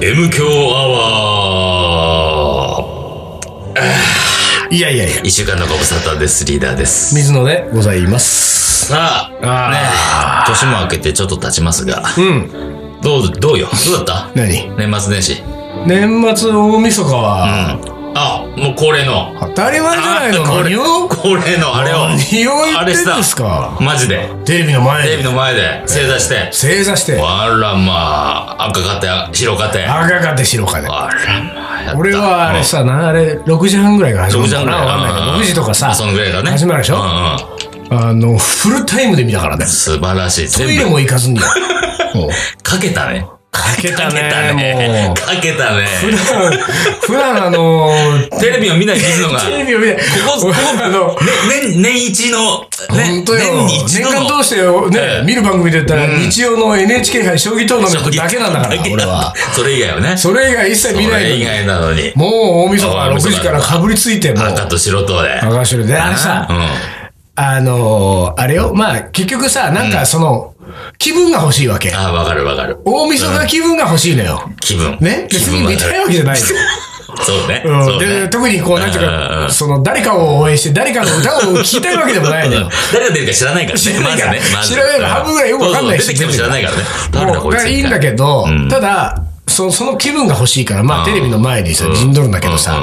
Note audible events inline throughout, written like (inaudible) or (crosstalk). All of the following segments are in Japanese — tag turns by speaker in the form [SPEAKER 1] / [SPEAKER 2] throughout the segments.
[SPEAKER 1] M 強アワ
[SPEAKER 2] いやいやいや
[SPEAKER 1] ー。。一週間のご無沙汰です、リーダーです。
[SPEAKER 2] 水野でございます。
[SPEAKER 1] さあ、
[SPEAKER 2] あ
[SPEAKER 1] ね年も明けてちょっと経ちますが、
[SPEAKER 2] うん。
[SPEAKER 1] どう、どう
[SPEAKER 2] (laughs)
[SPEAKER 1] よどうだった
[SPEAKER 2] 何
[SPEAKER 1] 年末年始。
[SPEAKER 2] 年末大晦日は、
[SPEAKER 1] あ、もう恒例の。
[SPEAKER 2] 当たり前じゃないの
[SPEAKER 1] あ (laughs) 恒例
[SPEAKER 2] 何を
[SPEAKER 1] 恒例の、あれを。
[SPEAKER 2] 何を言ってんです
[SPEAKER 1] あ
[SPEAKER 2] か
[SPEAKER 1] れしたマジで。
[SPEAKER 2] テレビの
[SPEAKER 1] テレ
[SPEAKER 2] 前で
[SPEAKER 1] ビの前で正座して。
[SPEAKER 2] 正座して、
[SPEAKER 1] あらまあ、赤かて、白かて。あ
[SPEAKER 2] 赤かて白かで。
[SPEAKER 1] らまあやった、
[SPEAKER 2] 俺はあれさ、なあれ、6時半ぐらいから始ま
[SPEAKER 1] 6
[SPEAKER 2] るのか
[SPEAKER 1] 時半ぐ
[SPEAKER 2] な
[SPEAKER 1] らい
[SPEAKER 2] わかんないけど、6時とかさ、
[SPEAKER 1] そのぐらいだね。
[SPEAKER 2] 始まるでしょ
[SPEAKER 1] うんうん
[SPEAKER 2] あの、フルタイムで見たからね。
[SPEAKER 1] 素晴らしい。
[SPEAKER 2] トイ
[SPEAKER 1] 全
[SPEAKER 2] レ
[SPEAKER 1] 部
[SPEAKER 2] も行かずに。もう
[SPEAKER 1] かけたね。か
[SPEAKER 2] けたねもう
[SPEAKER 1] かけたね。
[SPEAKER 2] 普段、普段あ
[SPEAKER 1] (laughs)
[SPEAKER 2] の、
[SPEAKER 1] テレビを見ない水野が、
[SPEAKER 2] テレ
[SPEAKER 1] ね、
[SPEAKER 2] ビを見て、
[SPEAKER 1] ここ
[SPEAKER 2] 俺 (laughs) あの、
[SPEAKER 1] 年、年一の、ね、
[SPEAKER 2] 本当よ。
[SPEAKER 1] 年に一
[SPEAKER 2] 年
[SPEAKER 1] 度の
[SPEAKER 2] 間通してよ
[SPEAKER 1] え
[SPEAKER 2] ね、
[SPEAKER 1] え
[SPEAKER 2] 見る番組で言ったら、日曜の NHK 杯将棋トーナメントだけなんだから、
[SPEAKER 1] だけ
[SPEAKER 2] 俺は。。
[SPEAKER 1] それ以外はね。
[SPEAKER 2] それ以外一切見な
[SPEAKER 1] それ
[SPEAKER 2] いのに。
[SPEAKER 1] 以外なのに。
[SPEAKER 2] もう大晦日
[SPEAKER 1] あ
[SPEAKER 2] は
[SPEAKER 1] 大
[SPEAKER 2] 6
[SPEAKER 1] 晦日
[SPEAKER 2] 時からかぶりついて、もう。
[SPEAKER 1] 赤と白とで。
[SPEAKER 2] 赤白で。あの
[SPEAKER 1] う
[SPEAKER 2] さ、
[SPEAKER 1] ん。
[SPEAKER 2] あのー、あれよ。まあ、結局さ、なんかその、気分が欲しいわけ。
[SPEAKER 1] あ、わかるわかる。
[SPEAKER 2] 大晦日気分が欲しいのよ。
[SPEAKER 1] 気分。
[SPEAKER 2] ね
[SPEAKER 1] 気
[SPEAKER 2] 別
[SPEAKER 1] 分
[SPEAKER 2] に
[SPEAKER 1] わ
[SPEAKER 2] 見
[SPEAKER 1] か
[SPEAKER 2] たい
[SPEAKER 1] る。
[SPEAKER 2] わけじゃないの。
[SPEAKER 1] そうね。
[SPEAKER 2] う
[SPEAKER 1] そ
[SPEAKER 2] ん、
[SPEAKER 1] う
[SPEAKER 2] で
[SPEAKER 1] ね。
[SPEAKER 2] 特にこう、なんていう
[SPEAKER 1] うんうんう
[SPEAKER 2] か、
[SPEAKER 1] ん
[SPEAKER 2] その、誰かを応援して、誰かの歌を聴きたいわけでもないのよ。
[SPEAKER 1] 誰が出るか知らないからね。
[SPEAKER 2] らないから
[SPEAKER 1] まずね。まず
[SPEAKER 2] 知らないから半分ぐらいよくわかんないし
[SPEAKER 1] そうそう出てきても知らないからね。誰だ
[SPEAKER 2] も
[SPEAKER 1] こ
[SPEAKER 2] う
[SPEAKER 1] い
[SPEAKER 2] だ
[SPEAKER 1] つ
[SPEAKER 2] からいいんだけど、
[SPEAKER 1] うん
[SPEAKER 2] ただそ、その気分が欲しいから、まあ、
[SPEAKER 1] うん
[SPEAKER 2] テレビの前にさ、陣取るんだけど
[SPEAKER 1] うん
[SPEAKER 2] さ
[SPEAKER 1] う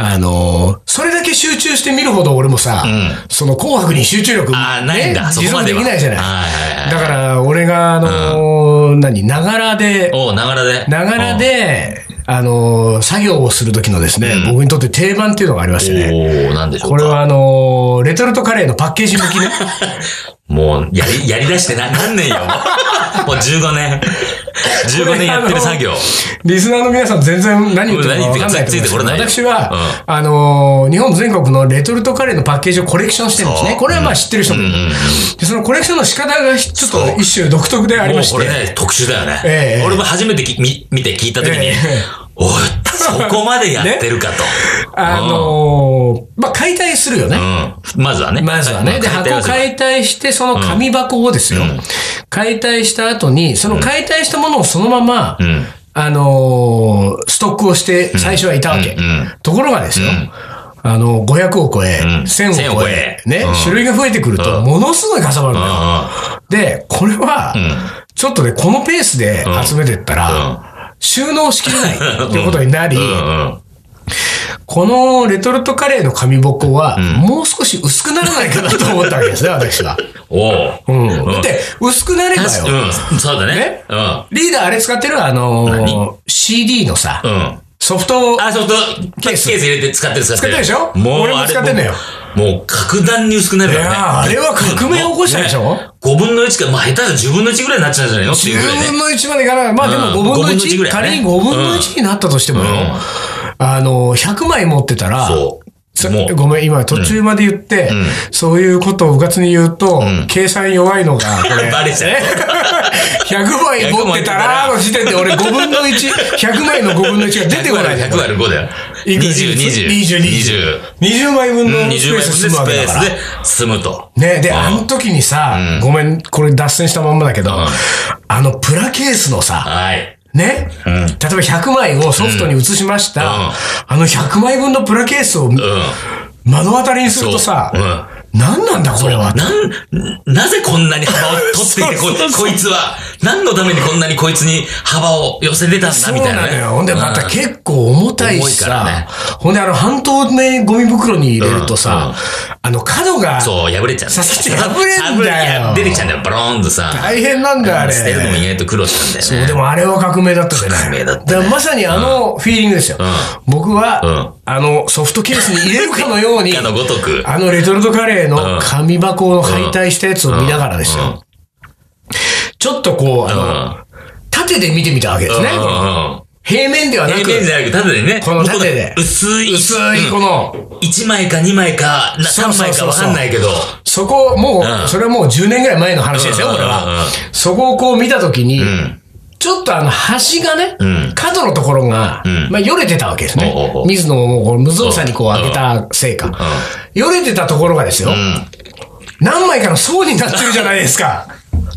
[SPEAKER 1] ん、
[SPEAKER 2] あのー、それだけ集中して見るほど俺もさ
[SPEAKER 1] ん、
[SPEAKER 2] その紅白に集中力、
[SPEAKER 1] あーないんだ
[SPEAKER 2] ね
[SPEAKER 1] そ
[SPEAKER 2] 持
[SPEAKER 1] こま
[SPEAKER 2] 続
[SPEAKER 1] で
[SPEAKER 2] で
[SPEAKER 1] は
[SPEAKER 2] きないじゃない。
[SPEAKER 1] はいはいはい
[SPEAKER 2] だから、俺が、あのー、何、ながらで、
[SPEAKER 1] おう、ながらで。
[SPEAKER 2] ながらで、あのー、作業をする時のですね、僕にとって定番っていうのがありましてね。
[SPEAKER 1] おおなんでしょう
[SPEAKER 2] こ
[SPEAKER 1] か。
[SPEAKER 2] れはあのー、レトルトカレーのパッケージ向き
[SPEAKER 1] (laughs)
[SPEAKER 2] ね。
[SPEAKER 1] もう、やり、やり出してな、何
[SPEAKER 2] (laughs)
[SPEAKER 1] 年よ。もう15年。15年やってる作業。
[SPEAKER 2] リスナーの皆さん全然何言ってるか分かんないと思いますけど
[SPEAKER 1] 何言ってるかついてこれないよ
[SPEAKER 2] 私は、あのー日本全国のレトルトカレーのパッケージをコレクションしてるんです
[SPEAKER 1] そ
[SPEAKER 2] ね。
[SPEAKER 1] う
[SPEAKER 2] これはまあ知ってる人もいる、
[SPEAKER 1] うんうんうん
[SPEAKER 2] でそのコレクションの仕方がちょっと一種独特であり
[SPEAKER 1] もう
[SPEAKER 2] まし
[SPEAKER 1] これ
[SPEAKER 2] て、
[SPEAKER 1] ね、特殊だよね。
[SPEAKER 2] ええ
[SPEAKER 1] 俺も初めてき見見て聞いたときに、
[SPEAKER 2] ええ
[SPEAKER 1] おい、そこまでやってるかと。
[SPEAKER 2] あのーまあ解体するよね。
[SPEAKER 1] うん。まず (laughs) はね。
[SPEAKER 2] まずはね。で、箱を
[SPEAKER 1] え
[SPEAKER 2] 解体して、その紙箱をですよ。解体した後に、その解体したものをそのまま、
[SPEAKER 1] ん
[SPEAKER 2] あのーストックをして、最初はいたわけ。
[SPEAKER 1] うんうん
[SPEAKER 2] ところがですよ。
[SPEAKER 1] ん
[SPEAKER 2] あの、500を超え、1000
[SPEAKER 1] ん
[SPEAKER 2] を
[SPEAKER 1] 1000を
[SPEAKER 2] 超
[SPEAKER 1] 超
[SPEAKER 2] え
[SPEAKER 1] え、
[SPEAKER 2] ね、
[SPEAKER 1] うん
[SPEAKER 2] 種類が増えてくると、ものすごいかさばるのよ。で、これは、ちょっとね、このペースで集めてったら、収納しきれないっていうことになり、
[SPEAKER 1] うんうんうん。
[SPEAKER 2] このレトルトカレーの紙箱は、もう少し薄くならないかなと思ったわけですね、私は。
[SPEAKER 1] おう。
[SPEAKER 2] うん。だって、薄くなれば
[SPEAKER 1] 確
[SPEAKER 2] よ。
[SPEAKER 1] かうん、そうだ
[SPEAKER 2] ね
[SPEAKER 1] ね。うん。
[SPEAKER 2] リーダーあれ使ってるあのー、CD のさ
[SPEAKER 1] う、ん。
[SPEAKER 2] ソフトを、
[SPEAKER 1] あ、そうそう、
[SPEAKER 2] ケ
[SPEAKER 1] ケ
[SPEAKER 2] ー
[SPEAKER 1] ー
[SPEAKER 2] ス
[SPEAKER 1] ス入れて使ってる、使っ
[SPEAKER 2] 使って
[SPEAKER 1] てる。
[SPEAKER 2] るでしょ
[SPEAKER 1] もう、
[SPEAKER 2] 俺も
[SPEAKER 1] あれ
[SPEAKER 2] 使ってんのよ
[SPEAKER 1] もう、もう格段に薄くなるよね。
[SPEAKER 2] いやーあれは革命起こしたでしょ
[SPEAKER 1] 5分の1か、まあ、下手したら10分の1ぐらいになっちゃうんじゃないのっていうぐらい
[SPEAKER 2] 10
[SPEAKER 1] ね
[SPEAKER 2] 分。の1までいかない。まあでも
[SPEAKER 1] う
[SPEAKER 2] 5
[SPEAKER 1] ん
[SPEAKER 2] 分の
[SPEAKER 1] 5分の1
[SPEAKER 2] 1、
[SPEAKER 1] ぐらいね
[SPEAKER 2] 仮に5分の1になったとしてもよ
[SPEAKER 1] うん、
[SPEAKER 2] あのー、100枚持ってたら、
[SPEAKER 1] そう。
[SPEAKER 2] そ
[SPEAKER 1] もう、
[SPEAKER 2] ごめん、今途中まで言って、そういうことをうかつに言うと、計算弱いのが、これ。
[SPEAKER 1] (laughs) バ
[SPEAKER 2] (laughs)
[SPEAKER 1] レちゃう
[SPEAKER 2] ね100枚持ってたらの時点で俺5分の1、100枚の5分の1が出てこないじゃん。
[SPEAKER 1] 100割る5だよ。
[SPEAKER 2] い
[SPEAKER 1] 20、
[SPEAKER 2] くら
[SPEAKER 1] 20。
[SPEAKER 2] 20 20枚分のスペー
[SPEAKER 1] 20枚分で
[SPEAKER 2] ス
[SPEAKER 1] ス
[SPEAKER 2] 進むわ
[SPEAKER 1] ペ
[SPEAKER 2] けだ
[SPEAKER 1] ー
[SPEAKER 2] か
[SPEAKER 1] ス
[SPEAKER 2] ら。
[SPEAKER 1] で進むと。
[SPEAKER 2] ねで、あの時にさ、ごめん、これ脱線したまんまだけど、
[SPEAKER 1] ん
[SPEAKER 2] あのプラケースのさ、
[SPEAKER 1] はい。
[SPEAKER 2] ね、例えば100枚をソフトに移しました、
[SPEAKER 1] うんうん
[SPEAKER 2] あの100枚分のプラケースを
[SPEAKER 1] うん。
[SPEAKER 2] 目の当たりにするとさ、
[SPEAKER 1] う
[SPEAKER 2] 何なんだこれはって
[SPEAKER 1] なん、なぜこんなに幅を取ってい
[SPEAKER 2] (laughs)
[SPEAKER 1] て、ここいつは、何のためにこんなにこいつに幅を寄せてたんだ、
[SPEAKER 2] そう
[SPEAKER 1] みたいな
[SPEAKER 2] なの
[SPEAKER 1] ね。
[SPEAKER 2] よ。ほんで、ま
[SPEAKER 1] う
[SPEAKER 2] た
[SPEAKER 1] ん
[SPEAKER 2] 結構重たいし
[SPEAKER 1] 重いから
[SPEAKER 2] さ。
[SPEAKER 1] ね
[SPEAKER 2] ほんで、あの、半透明ゴミ袋に入れると
[SPEAKER 1] うんう
[SPEAKER 2] さ
[SPEAKER 1] ん、
[SPEAKER 2] あの、角が
[SPEAKER 1] そう、破れちゃう。
[SPEAKER 2] 刺さって破れんだよ
[SPEAKER 1] 破いや出てきちゃうんだよ、ブローンとさ。
[SPEAKER 2] 大変なんだよ、あれ。
[SPEAKER 1] 捨てるのも意外と苦労したんだよね。
[SPEAKER 2] そうでもあれは革命だったじゃない。
[SPEAKER 1] 革命だったね
[SPEAKER 2] からまさにあのフィーリングですよ。
[SPEAKER 1] う
[SPEAKER 2] 僕は
[SPEAKER 1] う、
[SPEAKER 2] あの、ソフトケースに入れるかの
[SPEAKER 1] (laughs)
[SPEAKER 2] ように、
[SPEAKER 1] かのごとく。
[SPEAKER 2] あのレトルトカレー
[SPEAKER 1] う
[SPEAKER 2] の
[SPEAKER 1] ん
[SPEAKER 2] 紙箱を解体したやつを見ながらです
[SPEAKER 1] う
[SPEAKER 2] よ。ちょっとこう、あの、縦で見てみたわけですね。
[SPEAKER 1] ん
[SPEAKER 2] 平面ではな
[SPEAKER 1] うん。
[SPEAKER 2] く、
[SPEAKER 1] 平面じゃなくて、縦でね。
[SPEAKER 2] この縦で
[SPEAKER 1] 薄い。
[SPEAKER 2] 薄いこの、
[SPEAKER 1] 1枚か2枚か、な
[SPEAKER 2] そう
[SPEAKER 1] 3
[SPEAKER 2] そう
[SPEAKER 1] 枚か
[SPEAKER 2] そう
[SPEAKER 1] わ
[SPEAKER 2] そう
[SPEAKER 1] かんないけど。
[SPEAKER 2] そこ、も
[SPEAKER 1] う
[SPEAKER 2] う、
[SPEAKER 1] ん
[SPEAKER 2] それはもう10年ぐらい前の話ですよ、
[SPEAKER 1] うん
[SPEAKER 2] これ
[SPEAKER 1] うんうん
[SPEAKER 2] は
[SPEAKER 1] うん。
[SPEAKER 2] そこをこう見たときに
[SPEAKER 1] ん、
[SPEAKER 2] ちょっとあの端がね
[SPEAKER 1] ん、
[SPEAKER 2] 角のところが
[SPEAKER 1] ん、
[SPEAKER 2] まあ、よれてたわけです
[SPEAKER 1] おうおう
[SPEAKER 2] ね
[SPEAKER 1] お。う
[SPEAKER 2] 水野もこう無造作にこう開けたせいか。よれてたところがですよ、
[SPEAKER 1] うん。
[SPEAKER 2] 何枚かの層になってるじゃないですか。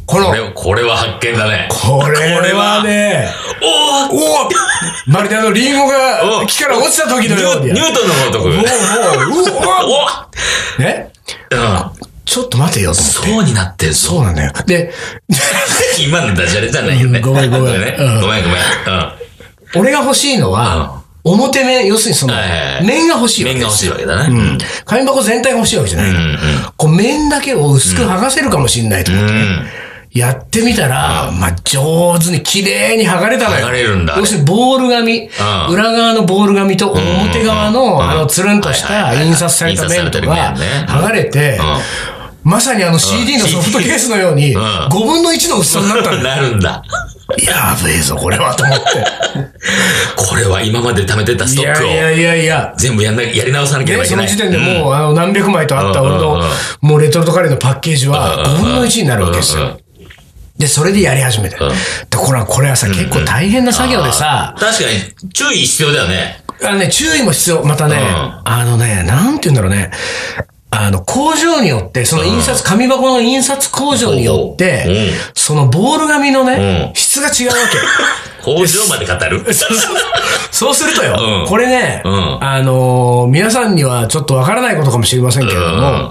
[SPEAKER 2] この
[SPEAKER 1] こ、れ、これは発見だね。
[SPEAKER 2] これはね、
[SPEAKER 1] お
[SPEAKER 2] おおまるであのリンゴが木から落ちた時
[SPEAKER 1] ニュ
[SPEAKER 2] のように
[SPEAKER 1] ニュー
[SPEAKER 2] や。
[SPEAKER 1] トンの法則。
[SPEAKER 2] もうもう、うお
[SPEAKER 1] お
[SPEAKER 2] ね
[SPEAKER 1] うん。
[SPEAKER 2] ちょっと待てよと思って。
[SPEAKER 1] そうになってるぞ。
[SPEAKER 2] そうなんだよ。で、
[SPEAKER 1] 今のダジャレじゃないよ
[SPEAKER 2] う
[SPEAKER 1] ね。
[SPEAKER 2] んごめんごめん
[SPEAKER 1] ね
[SPEAKER 2] うん
[SPEAKER 1] ごめんごめん。うん。
[SPEAKER 2] 俺が欲しいのは、表面、要するにその
[SPEAKER 1] はいはいは、い
[SPEAKER 2] 面が欲しいわ
[SPEAKER 1] 面
[SPEAKER 2] け
[SPEAKER 1] が
[SPEAKER 2] で
[SPEAKER 1] 欲
[SPEAKER 2] す
[SPEAKER 1] しい
[SPEAKER 2] よ。
[SPEAKER 1] わけだね。うん。
[SPEAKER 2] うん紙箱全体が欲しいわけじゃない。こう面だけを薄く剥がせるかもしれないと思ってね、やってみたら、まあ、上手に綺麗に剥がれたのよ。
[SPEAKER 1] 剥がれるんだ
[SPEAKER 2] 要するにボール紙、
[SPEAKER 1] ん
[SPEAKER 2] 裏側のボール紙と表側の、あの、つるんとし
[SPEAKER 1] はいは
[SPEAKER 2] た
[SPEAKER 1] いはいはい
[SPEAKER 2] 印刷された面とか
[SPEAKER 1] 印刷されてる面ね
[SPEAKER 2] 剥がれて、まさにあの CD のソフトケースのように、
[SPEAKER 1] うん
[SPEAKER 2] 5分の1の薄さになったん
[SPEAKER 1] (laughs)
[SPEAKER 2] だ。
[SPEAKER 1] なるんだ。
[SPEAKER 2] やべえぞ、これは、と思って。
[SPEAKER 1] これは今まで貯めてた
[SPEAKER 2] (laughs) い
[SPEAKER 1] ストッ
[SPEAKER 2] や
[SPEAKER 1] クを
[SPEAKER 2] いやいやいや。
[SPEAKER 1] 全部やんな、やり直さなければ
[SPEAKER 2] ね、
[SPEAKER 1] い
[SPEAKER 2] そ
[SPEAKER 1] けな
[SPEAKER 2] の
[SPEAKER 1] い。
[SPEAKER 2] 時点でもう、あの、何百枚とあった
[SPEAKER 1] うん
[SPEAKER 2] 俺の
[SPEAKER 1] うんうん、
[SPEAKER 2] もうレトルトカレーのパッケージは、
[SPEAKER 1] うん
[SPEAKER 2] 5分の1になるわけです
[SPEAKER 1] うんう
[SPEAKER 2] よ。で、それでやり始めた。で、これは、これはさ、結構大変な作業でさ、
[SPEAKER 1] 確かに注意必要だよね。
[SPEAKER 2] あのね、注意も必要。またね、
[SPEAKER 1] うん
[SPEAKER 2] あのね、なんて言うんだろうね。あの、工場によって、その印刷、紙箱の印刷工場によって、
[SPEAKER 1] うん
[SPEAKER 2] そのボール紙のね、
[SPEAKER 1] うん
[SPEAKER 2] 質が違う
[SPEAKER 1] (laughs)
[SPEAKER 2] わけ。
[SPEAKER 1] 工場まで語る。
[SPEAKER 2] そうするとよ、
[SPEAKER 1] うん
[SPEAKER 2] これね、
[SPEAKER 1] うん
[SPEAKER 2] あのー皆さんにはちょっとわからないことかもしれませんけれども、
[SPEAKER 1] うん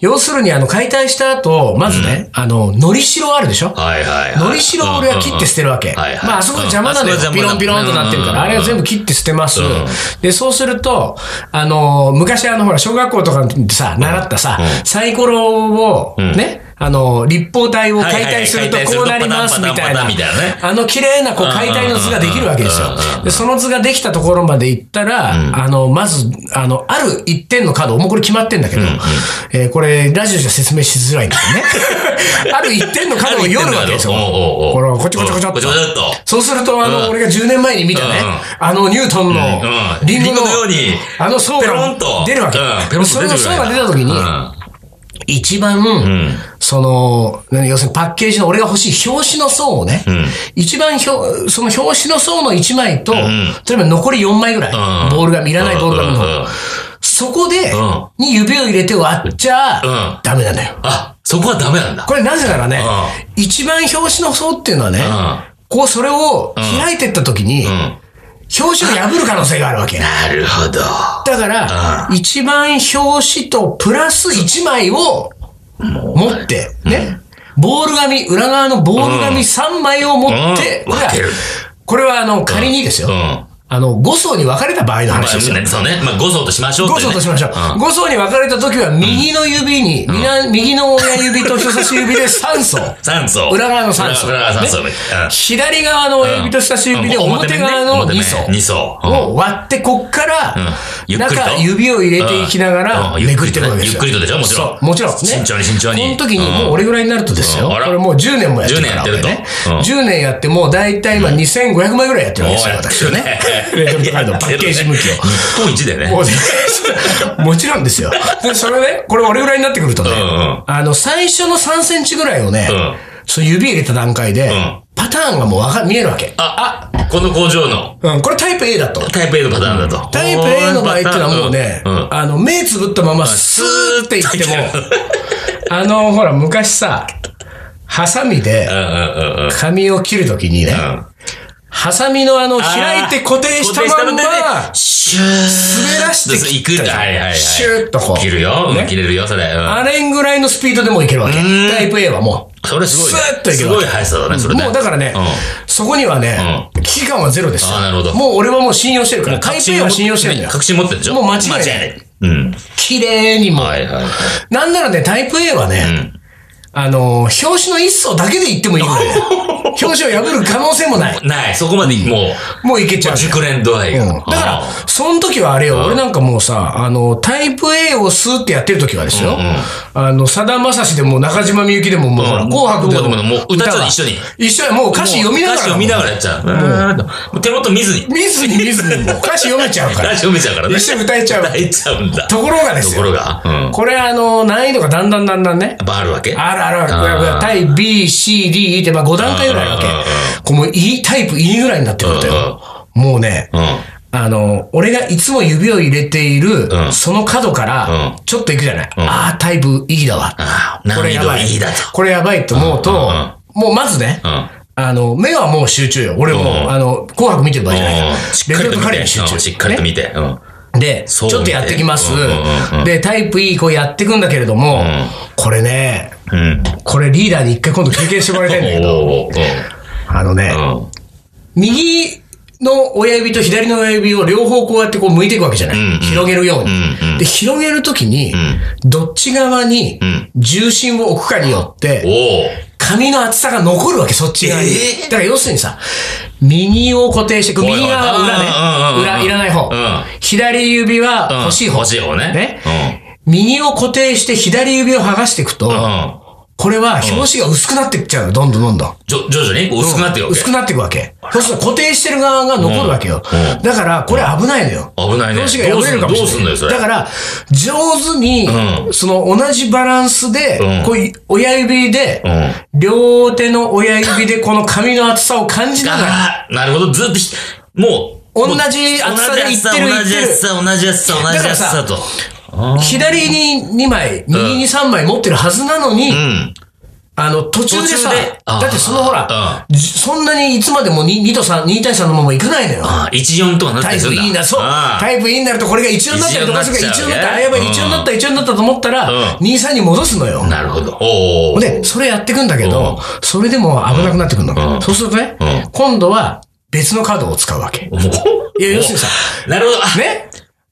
[SPEAKER 2] 要するにあの解体した後、まずね、あの、のりしろあるでしょ
[SPEAKER 1] (laughs) はいはいはい。
[SPEAKER 2] のりしろを俺は切って捨てるわけ。
[SPEAKER 1] はいはい
[SPEAKER 2] まあ、あそこで邪魔なのよ
[SPEAKER 1] うんあそ。こ
[SPEAKER 2] ピ
[SPEAKER 1] 邪
[SPEAKER 2] ロ
[SPEAKER 1] 魔
[SPEAKER 2] ン
[SPEAKER 1] だ
[SPEAKER 2] ピロンとなってるから。
[SPEAKER 1] うん
[SPEAKER 2] あれは全部切って捨てます
[SPEAKER 1] うん。
[SPEAKER 2] で、そうすると、あのー、昔あの、ほら、小学校とかでさ、習ったさ、サイコロを、ね、あのー、立方体を解体すると
[SPEAKER 1] はいはい
[SPEAKER 2] こうなりますみたい
[SPEAKER 1] 解体するとパタンパタンパタ
[SPEAKER 2] な
[SPEAKER 1] ンみたいなね。
[SPEAKER 2] あの、綺麗なこう解体の図ができるわけです
[SPEAKER 1] うんうんうんう
[SPEAKER 2] よ。
[SPEAKER 1] ん
[SPEAKER 2] で、その図ができたところまで行ったら、あの、まず、あの、ある一点の角、もうこれ決まってんだけど、えーこれ、ラジオじゃ説明しづらいんだよ
[SPEAKER 1] (laughs)
[SPEAKER 2] ね。ある一点の角を読むわけですよ。
[SPEAKER 1] おうおうおう
[SPEAKER 2] これをこちょこちょこちょっ
[SPEAKER 1] こちょ
[SPEAKER 2] と
[SPEAKER 1] こ。ちょっと。
[SPEAKER 2] そうすると、あ
[SPEAKER 1] うん
[SPEAKER 2] の、俺が10年前に見たね
[SPEAKER 1] うんうん、
[SPEAKER 2] あの、ニュートンの
[SPEAKER 1] うんう、ん
[SPEAKER 2] リンゴ
[SPEAKER 1] リンゴ
[SPEAKER 2] の
[SPEAKER 1] のように
[SPEAKER 2] あの層
[SPEAKER 1] ペロ
[SPEAKER 2] が
[SPEAKER 1] ンと
[SPEAKER 2] 出るわけ
[SPEAKER 1] うんペロ。ンと出て
[SPEAKER 2] そ
[SPEAKER 1] くる
[SPEAKER 2] れ
[SPEAKER 1] わ
[SPEAKER 2] の
[SPEAKER 1] け
[SPEAKER 2] 層が出た時に
[SPEAKER 1] うん、
[SPEAKER 2] 一番、その、何要するにパッケージの俺が欲しい表紙の層をね、一番ひょその表紙の層の1枚と、例えば残り4枚ぐらい、
[SPEAKER 1] うん
[SPEAKER 2] ボールがいらないボールが
[SPEAKER 1] うんうんうん
[SPEAKER 2] そこで
[SPEAKER 1] ん、
[SPEAKER 2] に指を入れて割っち
[SPEAKER 1] うん
[SPEAKER 2] ゃ、ダメなんだよ。
[SPEAKER 1] あ、そこはダメなんだ。
[SPEAKER 2] これなぜならね、一番表紙の層っていうのはね、こうそれを開いてった時に、
[SPEAKER 1] うん。
[SPEAKER 2] 表紙を破る可能性があるわけ。
[SPEAKER 1] (laughs)
[SPEAKER 2] だ
[SPEAKER 1] なるほど。
[SPEAKER 2] から、一番表紙とプラス1枚を持って、ね。ボール紙、裏側のボール紙3枚を持って、
[SPEAKER 1] うん
[SPEAKER 2] これは
[SPEAKER 1] 分ける、
[SPEAKER 2] これはあの、仮にですよ
[SPEAKER 1] うん。。ま
[SPEAKER 2] あの、5層に分かれた場合の
[SPEAKER 1] あ、
[SPEAKER 2] 話ですよ。
[SPEAKER 1] そうね。まあ、5層としましょう
[SPEAKER 2] 5層としましょう。5層に分かれた時は、右の指に、みな右の親指と人差し指で3層。
[SPEAKER 1] 3層。
[SPEAKER 2] 裏側の3層。
[SPEAKER 1] 裏側の3層。
[SPEAKER 2] ね左側の親指と人差し指で表側の2層。
[SPEAKER 1] 2層。
[SPEAKER 2] を割って、こっから
[SPEAKER 1] んゆ、っくりと
[SPEAKER 2] 中、指を入れていきながら、
[SPEAKER 1] うん
[SPEAKER 2] めくっていくわけですよ。
[SPEAKER 1] ゆっくりとねゆっくりとでしょもちろん
[SPEAKER 2] そうもちろん。ね
[SPEAKER 1] 慎重に慎重に
[SPEAKER 2] この時に、もう俺ぐらいになるとですよ。
[SPEAKER 1] うんあら
[SPEAKER 2] これもう10年もやってるから。
[SPEAKER 1] 10年やってると
[SPEAKER 2] 俺ね10年やって、もう大体今2500枚ぐらいやってるわけですよ、私はね。
[SPEAKER 1] (laughs)
[SPEAKER 2] レトルトカレーのパッケージ向きを。 (laughs)
[SPEAKER 1] 日本一でね。
[SPEAKER 2] もうねもちろんですよ。で、それね、これ俺ぐらいになってくるとね、
[SPEAKER 1] うんうん
[SPEAKER 2] あの、最初の3センチぐらいをね、
[SPEAKER 1] うん
[SPEAKER 2] そう指入れた段階で、
[SPEAKER 1] ん
[SPEAKER 2] パターンがもうわか、見えるわけ。
[SPEAKER 1] あ、あ、この工場の
[SPEAKER 2] うん、これタイプ A だと。
[SPEAKER 1] タイプ A のパターンだと。
[SPEAKER 2] タイプ A の場合っていうのはもうね、
[SPEAKER 1] うん。
[SPEAKER 2] あの、目つぶったままスーっていっても、 (laughs)
[SPEAKER 1] (laughs)
[SPEAKER 2] あの、ほら、昔さ、ハサミで
[SPEAKER 1] うんうんうんうん。
[SPEAKER 2] 髪を切るときにね、ハサミのあの、開いて固定したまんま、
[SPEAKER 1] シュー滑
[SPEAKER 2] 滑らして切
[SPEAKER 1] い
[SPEAKER 2] った
[SPEAKER 1] くんだ。はいはいはい。
[SPEAKER 2] シューッとこう
[SPEAKER 1] 切るよ。
[SPEAKER 2] ね
[SPEAKER 1] 切れるよ、それ。うん
[SPEAKER 2] あれんぐらいのスピードでもういけるわけ。
[SPEAKER 1] ん
[SPEAKER 2] タイプ A はもう。
[SPEAKER 1] それすごいね。
[SPEAKER 2] スーッといけ
[SPEAKER 1] す
[SPEAKER 2] るわけ
[SPEAKER 1] ごい速さだね、それね。
[SPEAKER 2] もうだからね、
[SPEAKER 1] う
[SPEAKER 2] そこにはね、危機感はゼロですよ
[SPEAKER 1] あーなるほど
[SPEAKER 2] もう俺はもう信用してるから、タイプ A は信用してるんだよ。
[SPEAKER 1] 確信持ってるでしょ
[SPEAKER 2] もう間違いない
[SPEAKER 1] ない。うん。
[SPEAKER 2] 綺麗にもう。
[SPEAKER 1] はいはいはい。
[SPEAKER 2] なんならね、タイプ A はね、あのー、表紙の一層だけでいってもいいぐらい
[SPEAKER 1] (laughs)
[SPEAKER 2] だよ表紙を破る可能性もない。
[SPEAKER 1] ない、そこまでも
[SPEAKER 2] もういけちゃう
[SPEAKER 1] う、。熟練度合い
[SPEAKER 2] うん
[SPEAKER 1] が。
[SPEAKER 2] だから、その時はあれよ、俺なんかもうさ、あの、タイプ A をスーってやってる時はですよ、あの、さだまさしでも中島みゆきでももうほら、
[SPEAKER 1] うん
[SPEAKER 2] 紅白でも
[SPEAKER 1] 紅白でももう歌と一緒に
[SPEAKER 2] 一緒に、もう歌詞読みながら。
[SPEAKER 1] 歌詞読みながらやっちゃう。うんもう手元見ずに。
[SPEAKER 2] 見ずに見ずにもう歌詞読めちゃうか
[SPEAKER 1] 歌
[SPEAKER 2] ら
[SPEAKER 1] 詞。読めちゃうからね。
[SPEAKER 2] 一緒に歌え
[SPEAKER 1] (laughs)
[SPEAKER 2] ちゃう
[SPEAKER 1] 歌えちゃうんだ。
[SPEAKER 2] ところがです
[SPEAKER 1] ところ
[SPEAKER 2] よ、
[SPEAKER 1] が。うん。やっ
[SPEAKER 2] これあの、難易度がだんだんだんだんね、
[SPEAKER 1] ぱあるわけ
[SPEAKER 2] あるあるあ
[SPEAKER 1] あー
[SPEAKER 2] る。タイ B、C、D、E って、まあ5段階ぐらいあるわ
[SPEAKER 1] うんうんうん
[SPEAKER 2] け。こうもう E タイプ E ぐらいになってくるとよ。もうね、
[SPEAKER 1] うん。
[SPEAKER 2] ああの、俺がいつも指を入れている、
[SPEAKER 1] うん
[SPEAKER 2] その角から、
[SPEAKER 1] う
[SPEAKER 2] ちょっと行くじゃない。ああ、タイプいいだわ。
[SPEAKER 1] あ
[SPEAKER 2] こ
[SPEAKER 1] あ、難
[SPEAKER 2] れ
[SPEAKER 1] 易
[SPEAKER 2] や
[SPEAKER 1] 度
[SPEAKER 2] ばい。
[SPEAKER 1] いいだと。
[SPEAKER 2] これやばいと思うと、
[SPEAKER 1] うんうん
[SPEAKER 2] もうまずね、
[SPEAKER 1] うん
[SPEAKER 2] あの、目はもう集中よ。俺も、
[SPEAKER 1] うん
[SPEAKER 2] あの、紅白見てる場合じゃないか
[SPEAKER 1] う
[SPEAKER 2] ら
[SPEAKER 1] ん。しっ
[SPEAKER 2] レ
[SPEAKER 1] か
[SPEAKER 2] ベ
[SPEAKER 1] り
[SPEAKER 2] ル
[SPEAKER 1] と
[SPEAKER 2] と
[SPEAKER 1] 見
[SPEAKER 2] 彼
[SPEAKER 1] て
[SPEAKER 2] に集中、
[SPEAKER 1] うんしっかりと
[SPEAKER 2] ね
[SPEAKER 1] 見て。うん
[SPEAKER 2] で、ち
[SPEAKER 1] そ
[SPEAKER 2] ょ
[SPEAKER 1] う
[SPEAKER 2] っとやってきます。
[SPEAKER 1] うんうんうんうん
[SPEAKER 2] で、タイプ E こうやってくんだけれども、これね、
[SPEAKER 1] うん。
[SPEAKER 2] これリーダーに一回今度経験してもらいたいんだけど、
[SPEAKER 1] おーおー
[SPEAKER 2] あのね、
[SPEAKER 1] おー (laughs) うん
[SPEAKER 2] 右の親指と左の親指を両方こうやってこう向いていくわけじゃない。
[SPEAKER 1] んうん
[SPEAKER 2] 広げるように。
[SPEAKER 1] うんうん
[SPEAKER 2] で、広げるときに、どっち側に
[SPEAKER 1] ん
[SPEAKER 2] 重心を置くかによって、
[SPEAKER 1] おー
[SPEAKER 2] 紙の厚さが残るわけ、そっち側に。
[SPEAKER 1] えー
[SPEAKER 2] だから要するにさ、右を固定して、こう
[SPEAKER 1] おいおい
[SPEAKER 2] 右側は
[SPEAKER 1] うんうんうんうん
[SPEAKER 2] 裏ね。裏、いらない方
[SPEAKER 1] うん。
[SPEAKER 2] 左指は
[SPEAKER 1] うん
[SPEAKER 2] 欲しい方。
[SPEAKER 1] 欲しい方ね
[SPEAKER 2] 右を固定して左指を剥がしていくと、
[SPEAKER 1] うん。うん。
[SPEAKER 2] これは表紙が薄くなってっちゃうの、どんどんどんどん。
[SPEAKER 1] じょ徐々にこう薄くなってよ。
[SPEAKER 2] 薄くなっていくわけ。そうすると固定してる側が残るわけよ。
[SPEAKER 1] うんうん
[SPEAKER 2] だから、これ危ないのよ。
[SPEAKER 1] 危ないね。
[SPEAKER 2] 表紙が破れるかもしれない。
[SPEAKER 1] どうすんだ
[SPEAKER 2] だ
[SPEAKER 1] よ、
[SPEAKER 2] から、上手に、
[SPEAKER 1] う
[SPEAKER 2] その同じバランスで、
[SPEAKER 1] うん
[SPEAKER 2] こうい親指で、
[SPEAKER 1] それ。うん。
[SPEAKER 2] 両手の親指でこの髪の厚さを感じながら、
[SPEAKER 1] ああ、なるほど。ずっとひ、もう。
[SPEAKER 2] 同
[SPEAKER 1] もう
[SPEAKER 2] じ厚さでいってる
[SPEAKER 1] 同じ厚さ、同じ厚さ、同じ厚さ、同じ厚さと。
[SPEAKER 2] 左に2枚、右に3枚持ってるはずなのに、
[SPEAKER 1] うん。
[SPEAKER 2] あの、途中でさ、
[SPEAKER 1] 途中であー
[SPEAKER 2] だってそのほら、じそんなにいつまでも 2, 2と3、2対3のままいかないのよ。
[SPEAKER 1] ああ、14とかなった
[SPEAKER 2] タ
[SPEAKER 1] り
[SPEAKER 2] イ
[SPEAKER 1] す
[SPEAKER 2] プ
[SPEAKER 1] るんだ。
[SPEAKER 2] いいな、そう。
[SPEAKER 1] ああ
[SPEAKER 2] タイプいいになると、これが一応になったりとかするから、
[SPEAKER 1] 一
[SPEAKER 2] 一
[SPEAKER 1] 応
[SPEAKER 2] 応
[SPEAKER 1] に
[SPEAKER 2] に
[SPEAKER 1] な
[SPEAKER 2] な
[SPEAKER 1] っ
[SPEAKER 2] っ
[SPEAKER 1] ち
[SPEAKER 2] た、
[SPEAKER 1] ゃうね
[SPEAKER 2] あ、やばい、一応になった、一応になったと思ったら、
[SPEAKER 1] うん
[SPEAKER 2] 2、3に戻すのよ。
[SPEAKER 1] なるほど。おお。
[SPEAKER 2] で、それやってくんだけど、それでも危なくなってくる
[SPEAKER 1] うんうん
[SPEAKER 2] の。そうするとね
[SPEAKER 1] うん、
[SPEAKER 2] 今度は別のカードを使うわけ。
[SPEAKER 1] もう
[SPEAKER 2] いや要するにさ
[SPEAKER 1] なるほど。あ
[SPEAKER 2] ね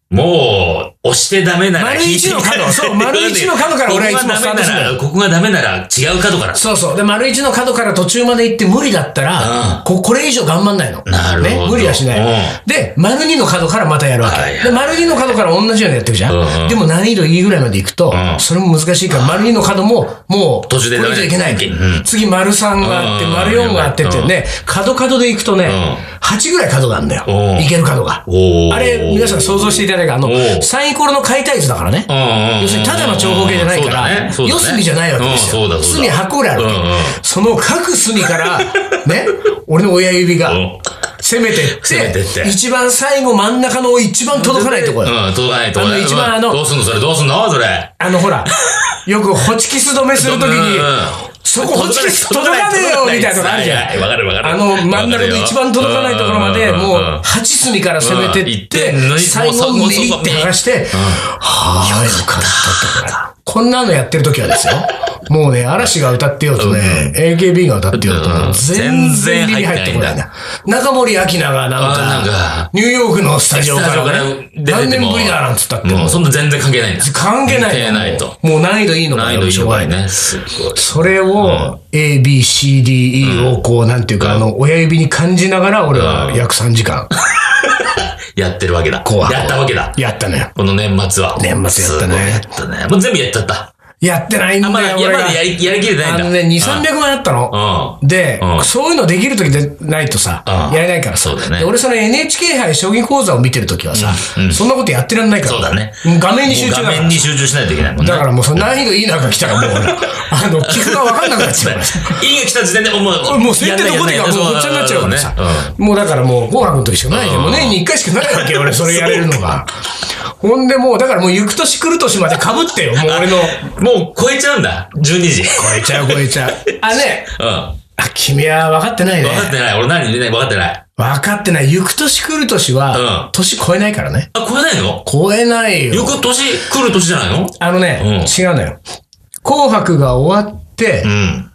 [SPEAKER 1] もう、押してダメなら
[SPEAKER 2] 丸
[SPEAKER 1] 引い
[SPEAKER 2] 一
[SPEAKER 1] て
[SPEAKER 2] の
[SPEAKER 1] いかない
[SPEAKER 2] 角そう丸一の角から俺はいつもスタートするんだよ
[SPEAKER 1] ここがダメなら、ここがダメなら違う角から。
[SPEAKER 2] そうそう。で、丸一の角から途中まで行って無理だった
[SPEAKER 1] うん
[SPEAKER 2] ら、ここれ以上頑張んないの。
[SPEAKER 1] なるほど
[SPEAKER 2] ね無理はしな
[SPEAKER 1] うん
[SPEAKER 2] い。で、丸二の角からまたやるわ
[SPEAKER 1] はいはい
[SPEAKER 2] け。で、丸二の角から同じようにやっていくじ
[SPEAKER 1] うん
[SPEAKER 2] ゃ
[SPEAKER 1] うん
[SPEAKER 2] ん。でも難易度いいぐらいまで行くと
[SPEAKER 1] う、ん
[SPEAKER 2] それも難しいから、丸二の角も、もう、
[SPEAKER 1] 途中で
[SPEAKER 2] これ以上いけな
[SPEAKER 1] うん
[SPEAKER 2] い。次、丸三があって、
[SPEAKER 1] うん
[SPEAKER 2] 丸四があってってね、角角で行くとね
[SPEAKER 1] ん、
[SPEAKER 2] 8ぐらい角があるんだよ
[SPEAKER 1] うん。
[SPEAKER 2] いける角が。
[SPEAKER 1] おー
[SPEAKER 2] あれ、皆さん想像していただいたあの
[SPEAKER 1] お、
[SPEAKER 2] サイコロの解体図だからね。
[SPEAKER 1] うんうんうん
[SPEAKER 2] 要するにただの長方形じゃないから、
[SPEAKER 1] そうだねそうだ
[SPEAKER 2] 四
[SPEAKER 1] ね
[SPEAKER 2] 隅じゃないわけですよ。
[SPEAKER 1] うんそうだそうだ
[SPEAKER 2] 隅8個ぐらいあるわけ、
[SPEAKER 1] うんうん
[SPEAKER 2] その各隅から、 (laughs) ね、俺の親指が
[SPEAKER 1] うん
[SPEAKER 2] 攻めてって、
[SPEAKER 1] 攻めてって
[SPEAKER 2] 一番最後真ん中の一番届かないところ、
[SPEAKER 1] うん、届かないとこ
[SPEAKER 2] あの一番あの
[SPEAKER 1] どうすんのそれ、どうすんのそれ。
[SPEAKER 2] あのほら、よくホチキス止めするときに
[SPEAKER 1] (laughs) うんうんうん、
[SPEAKER 2] そこホチキス届かねえよみたいなのがあるじゃ
[SPEAKER 1] は
[SPEAKER 2] ない
[SPEAKER 1] はい
[SPEAKER 2] い。
[SPEAKER 1] わかるわかる
[SPEAKER 2] あの真ん中の一番届かないところまで、
[SPEAKER 1] うんうんうん
[SPEAKER 2] もう8隅から攻めてって
[SPEAKER 1] うん行ってんの、に
[SPEAKER 2] 最後
[SPEAKER 1] もうそこ
[SPEAKER 2] ビリって剥がして、はあ、よかったとか。こんなのやってる時はですよ。もうね、嵐が歌ってようとね、AKB が歌ってようと
[SPEAKER 1] うんう
[SPEAKER 2] ね、
[SPEAKER 1] ん
[SPEAKER 2] 全然耳入ってこないな。中森明菜が
[SPEAKER 1] あな
[SPEAKER 2] なんん
[SPEAKER 1] か
[SPEAKER 2] か、ニューヨークのスタジオからね
[SPEAKER 1] 出、てても
[SPEAKER 2] 何年ぶりだなんつったって
[SPEAKER 1] も
[SPEAKER 2] も
[SPEAKER 1] う、そんな全然関係ないんだ。
[SPEAKER 2] 関係ない。
[SPEAKER 1] 関係ないと。
[SPEAKER 2] もう難易度いいの
[SPEAKER 1] 難
[SPEAKER 2] か
[SPEAKER 1] 易
[SPEAKER 2] よ
[SPEAKER 1] 度いいのがいい
[SPEAKER 2] しょうが
[SPEAKER 1] ね。すごい。
[SPEAKER 2] それを、A, B, C, D, E をこう、なんていうか、あの、親指に感じながら、俺は約3時間、
[SPEAKER 1] やってるわけだ。
[SPEAKER 2] 紅白を
[SPEAKER 1] やったわけだ。
[SPEAKER 2] やったのよ。
[SPEAKER 1] この年末は。
[SPEAKER 2] 年末やったね
[SPEAKER 1] すごいやったね。もう全部やっちゃった。
[SPEAKER 2] やってないんだ
[SPEAKER 1] あ、
[SPEAKER 2] よ、
[SPEAKER 1] まだ、いや
[SPEAKER 2] 俺
[SPEAKER 1] ま
[SPEAKER 2] が
[SPEAKER 1] だやり、やりきれてないん
[SPEAKER 2] あ
[SPEAKER 1] だ。
[SPEAKER 2] のね、2、300万あったの。
[SPEAKER 1] うん。
[SPEAKER 2] で
[SPEAKER 1] うん、
[SPEAKER 2] そういうのできる時でないとさ
[SPEAKER 1] うん、
[SPEAKER 2] やれないからさ
[SPEAKER 1] そうだね。
[SPEAKER 2] で俺その NHK 杯将棋講座を見てる時はさ
[SPEAKER 1] うんうん、
[SPEAKER 2] そんなことやってらんないから。
[SPEAKER 1] そうだね。
[SPEAKER 2] もう画面に集中だ
[SPEAKER 1] もう
[SPEAKER 2] か
[SPEAKER 1] 画
[SPEAKER 2] ら
[SPEAKER 1] 面に。集中しないといけないもんね。
[SPEAKER 2] だからもうその難易度いい中来たらもう俺、
[SPEAKER 1] (laughs)
[SPEAKER 2] あの、聞くが分かんなくなっちゃう (laughs) からさ。
[SPEAKER 1] いいが来た時点で、もう、
[SPEAKER 2] 俺もう先手どこで
[SPEAKER 1] や
[SPEAKER 2] か
[SPEAKER 1] んな
[SPEAKER 2] も
[SPEAKER 1] いう
[SPEAKER 2] ご
[SPEAKER 1] やんな
[SPEAKER 2] っちゃになっちゃうからさ
[SPEAKER 1] そ。
[SPEAKER 2] もうだからもう、紅白の時しかないじゃん。もう年に一回しかないわけ (laughs) よ、俺、それやれるのが。 (laughs) ほんでもう、だからもう行く年来る年まで被ってよ、もう俺の。
[SPEAKER 1] うんもう超えちゃうんだ。12時。
[SPEAKER 2] 超えちゃう、超えちゃう。あ、ね。
[SPEAKER 1] うん。分
[SPEAKER 2] あ、君は分かってないね。
[SPEAKER 1] かってない。俺何言ってない分かってない。
[SPEAKER 2] 分かってない。行く年来る年
[SPEAKER 1] うん
[SPEAKER 2] は、年超えないからね。
[SPEAKER 1] あ、超えないの
[SPEAKER 2] 超えないよ。
[SPEAKER 1] 翌年来る年じゃないの
[SPEAKER 2] あのね、
[SPEAKER 1] う
[SPEAKER 2] 違うのよ。紅白が終わって
[SPEAKER 1] う、ん。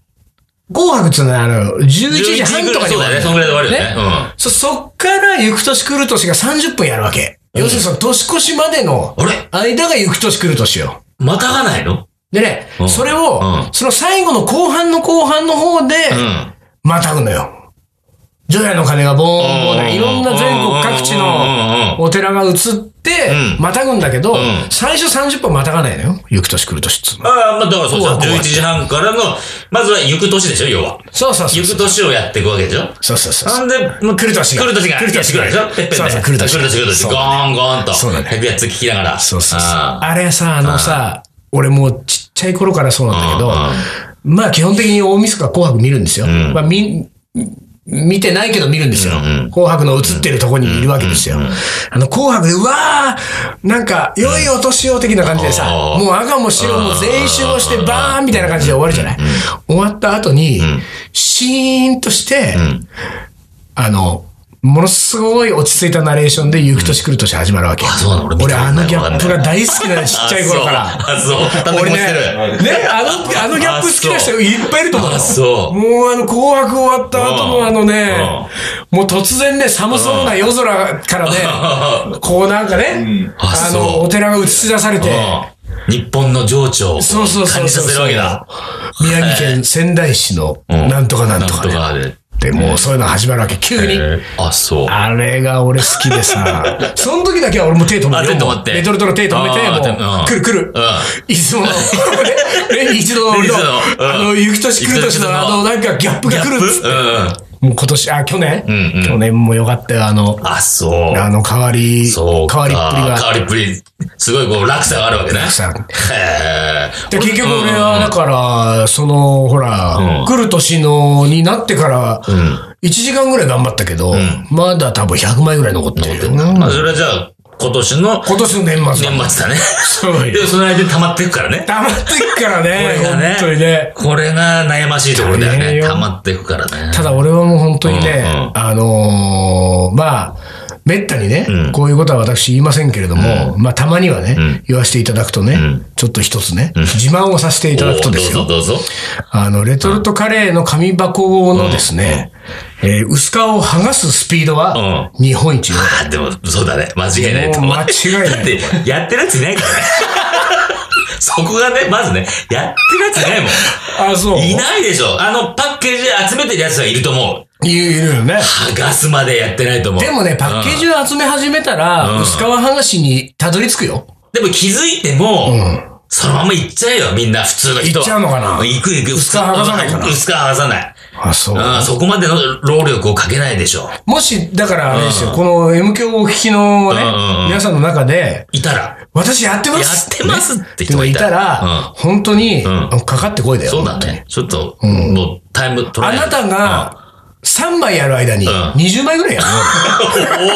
[SPEAKER 2] 紅白っていうのは、あの、11時半とかに終
[SPEAKER 1] そう
[SPEAKER 2] わ
[SPEAKER 1] だ
[SPEAKER 2] るの
[SPEAKER 1] ね。そんぐらいで終わるよね。うん。
[SPEAKER 2] そ、そっから、行く年来る年が30分やるわけ。要するにその年越しまでの
[SPEAKER 1] あれ
[SPEAKER 2] 間が行く年来る年よ。
[SPEAKER 1] またがないの
[SPEAKER 2] でね
[SPEAKER 1] うん、
[SPEAKER 2] それを
[SPEAKER 1] うん、
[SPEAKER 2] その最後の後半の後半の方で、
[SPEAKER 1] うん。
[SPEAKER 2] またぐのよ。除夜の鐘がボーンボーン
[SPEAKER 1] うん
[SPEAKER 2] で、いろんな全国各地
[SPEAKER 1] うん
[SPEAKER 2] のお寺が映って
[SPEAKER 1] う、ん
[SPEAKER 2] またぐんだけど
[SPEAKER 1] ん、
[SPEAKER 2] 最初30分またがないのよ。行く年来る年っつうの。
[SPEAKER 1] ああ、まあ、だからそう
[SPEAKER 2] こ
[SPEAKER 1] そう
[SPEAKER 2] はこうは
[SPEAKER 1] 11時半からの、まずは行く年でしょ、要は。
[SPEAKER 2] そうそうそう
[SPEAKER 1] 行。く年をやっていくわけでしょ。
[SPEAKER 2] そうそうそう。
[SPEAKER 1] なんで、もう
[SPEAKER 2] 来る年が
[SPEAKER 1] 来る年が。
[SPEAKER 2] 来る年が
[SPEAKER 1] やってくるでしょ。てっぺんで
[SPEAKER 2] そうそう来る年
[SPEAKER 1] 来
[SPEAKER 2] が
[SPEAKER 1] る年、来る年。
[SPEAKER 2] そ
[SPEAKER 1] ゴ
[SPEAKER 2] う
[SPEAKER 1] ーン、ゴーンと。
[SPEAKER 2] そうだね
[SPEAKER 1] ヘビやつ聞きながら。
[SPEAKER 2] そうそうそう。
[SPEAKER 1] あ
[SPEAKER 2] あれさ、あのさ、俺もうちっちゃい頃からそうなんだけど、まあ基本的に大晦日紅白見るんですよ。まあみん、見てないけど見るんですよ。紅白の映ってるとこにいるわけですよ。あの、紅白で、うわーなんか、良いお年を的な感じでさ、
[SPEAKER 1] あー
[SPEAKER 2] もう赤も白も全員集合して、バーンみたいな感じで終わるじゃない。終わった後に、シーンとして、あの、ものすごい落ち着いたナレーションで、ゆうきとしくるとし始まるわけ。
[SPEAKER 1] そうなの俺見
[SPEAKER 2] 俺、
[SPEAKER 1] たこと
[SPEAKER 2] あ
[SPEAKER 1] ない
[SPEAKER 2] のギャップが大好きなのちっちゃい頃から。
[SPEAKER 1] あ、そう。あそう。
[SPEAKER 2] 俺ね、
[SPEAKER 1] してる。
[SPEAKER 2] ね、あの、あのギャップ好きな人いっぱいいると思うよ。
[SPEAKER 1] あそう
[SPEAKER 2] もうあの、紅白終わった後
[SPEAKER 1] うん
[SPEAKER 2] のあのね、もう突然ね、寒そうな夜空からね、こうなんかね、
[SPEAKER 1] あ
[SPEAKER 2] あ
[SPEAKER 1] そう
[SPEAKER 2] の、お寺が映し出されて、
[SPEAKER 1] うん日本の情緒を
[SPEAKER 2] そうそうそう
[SPEAKER 1] 感じさせるわけだ。
[SPEAKER 2] 宮城県仙台市の
[SPEAKER 1] うん
[SPEAKER 2] なんとかなんとかね。
[SPEAKER 1] なんとか
[SPEAKER 2] で、もうそういうの始まるわけ、急
[SPEAKER 1] で。
[SPEAKER 2] に。
[SPEAKER 1] えーあ、そう。
[SPEAKER 2] あれが俺好きでさ、 (laughs) その時だけは俺も手止め
[SPEAKER 1] あ
[SPEAKER 2] て
[SPEAKER 1] 手
[SPEAKER 2] よ。
[SPEAKER 1] 止
[SPEAKER 2] も
[SPEAKER 1] まっ
[SPEAKER 2] う
[SPEAKER 1] て
[SPEAKER 2] レトルトの手止
[SPEAKER 1] あー
[SPEAKER 2] めて、もう、
[SPEAKER 1] 手
[SPEAKER 2] 来る来る
[SPEAKER 1] うん。
[SPEAKER 2] いつ
[SPEAKER 1] (laughs)
[SPEAKER 2] もの、ね一度の俺の、
[SPEAKER 1] 一度のうん
[SPEAKER 2] あの、ゆきとし来るとしのあの、なんかギャップ
[SPEAKER 1] ギ
[SPEAKER 2] が
[SPEAKER 1] ャ
[SPEAKER 2] 来
[SPEAKER 1] ッ
[SPEAKER 2] る
[SPEAKER 1] プ
[SPEAKER 2] っつって
[SPEAKER 1] うん。
[SPEAKER 2] もう今年、あ、去年
[SPEAKER 1] んうん
[SPEAKER 2] 去年も良かったよ、あの、
[SPEAKER 1] あ、そう。
[SPEAKER 2] あの、変わり、変
[SPEAKER 1] そうか。
[SPEAKER 2] わりっぷりが。
[SPEAKER 1] 変わりっぷり。すごいこう、落差があるわけね。
[SPEAKER 2] 落差
[SPEAKER 1] へー
[SPEAKER 2] (laughs) で、結局俺は、だから、その、ほら
[SPEAKER 1] うん、
[SPEAKER 2] 来る年の、になってから、1時間ぐらい頑張ったけど、まだ多分100枚ぐらい残ってるよ。
[SPEAKER 1] うんまあ、それはじゃあ、今年の
[SPEAKER 2] 今年の年末だ
[SPEAKER 1] 年末だね。
[SPEAKER 2] そうよ
[SPEAKER 1] で、その間に溜まっていくからね。
[SPEAKER 2] 黙ってっからね、
[SPEAKER 1] これがね
[SPEAKER 2] 本当にね。
[SPEAKER 1] これが悩ましいところだ
[SPEAKER 2] 大変
[SPEAKER 1] よね。
[SPEAKER 2] よ
[SPEAKER 1] 溜まっていくからね。
[SPEAKER 2] ただ俺はもう本当にね、
[SPEAKER 1] うんうん
[SPEAKER 2] あのーまあ、めったにね、
[SPEAKER 1] ん
[SPEAKER 2] こういうことは私言いませんけれども、まあたまにはね、
[SPEAKER 1] ん
[SPEAKER 2] 言わせていただくとね、
[SPEAKER 1] ん
[SPEAKER 2] ちょっと一つね、自慢をさせていただくとです
[SPEAKER 1] お
[SPEAKER 2] よ
[SPEAKER 1] う、どうぞどうぞ。
[SPEAKER 2] あの、レトルトカレーの紙箱のですね、えー薄皮を剥がすスピードは日本一よ。
[SPEAKER 1] あ、でも、そうだね。間違いないと思う。
[SPEAKER 2] もう間違いない
[SPEAKER 1] だって、やってるやついないからね。 (laughs) そこがね、まずね、やってるやつ
[SPEAKER 2] (laughs)
[SPEAKER 1] いないもん。
[SPEAKER 2] あ、そう
[SPEAKER 1] いないでしょ。あの、パッケージで集めてるやつはいると思う。
[SPEAKER 2] いるいるよね。
[SPEAKER 1] 剥がすまでやってないと思う。
[SPEAKER 2] でもね、パッケージを集め始めたら、
[SPEAKER 1] うん
[SPEAKER 2] 薄皮剥がしにたどり着くよ。
[SPEAKER 1] でも気づいても、そのまま行っちゃえよ、みんな、普通の人は。
[SPEAKER 2] 行っちゃうのかな
[SPEAKER 1] 行く行く。薄
[SPEAKER 2] 皮剥がさないかな
[SPEAKER 1] 薄皮剥がさない。
[SPEAKER 2] あ、そう
[SPEAKER 1] うん、そこまでの労力をかけないでしょ。
[SPEAKER 2] もし、だからあれですよ、この M 響をお聞きのね
[SPEAKER 1] うんうんうん、
[SPEAKER 2] 皆さんの中で、
[SPEAKER 1] いたら。
[SPEAKER 2] 私やってま
[SPEAKER 1] や
[SPEAKER 2] す
[SPEAKER 1] ってますって
[SPEAKER 2] って
[SPEAKER 1] 人
[SPEAKER 2] の
[SPEAKER 1] が
[SPEAKER 2] が
[SPEAKER 1] い
[SPEAKER 2] い
[SPEAKER 1] た
[SPEAKER 2] た
[SPEAKER 1] ら
[SPEAKER 2] ら、、本当に、
[SPEAKER 1] ん
[SPEAKER 2] かかってこいだよ。
[SPEAKER 1] そうだ
[SPEAKER 2] 本当に。
[SPEAKER 1] ね。ちょっと、もうタイムト
[SPEAKER 2] あ
[SPEAKER 1] ライア
[SPEAKER 2] な
[SPEAKER 1] ル
[SPEAKER 2] たが、3枚やる間に、
[SPEAKER 1] ん
[SPEAKER 2] 20枚ぐらいやるよ。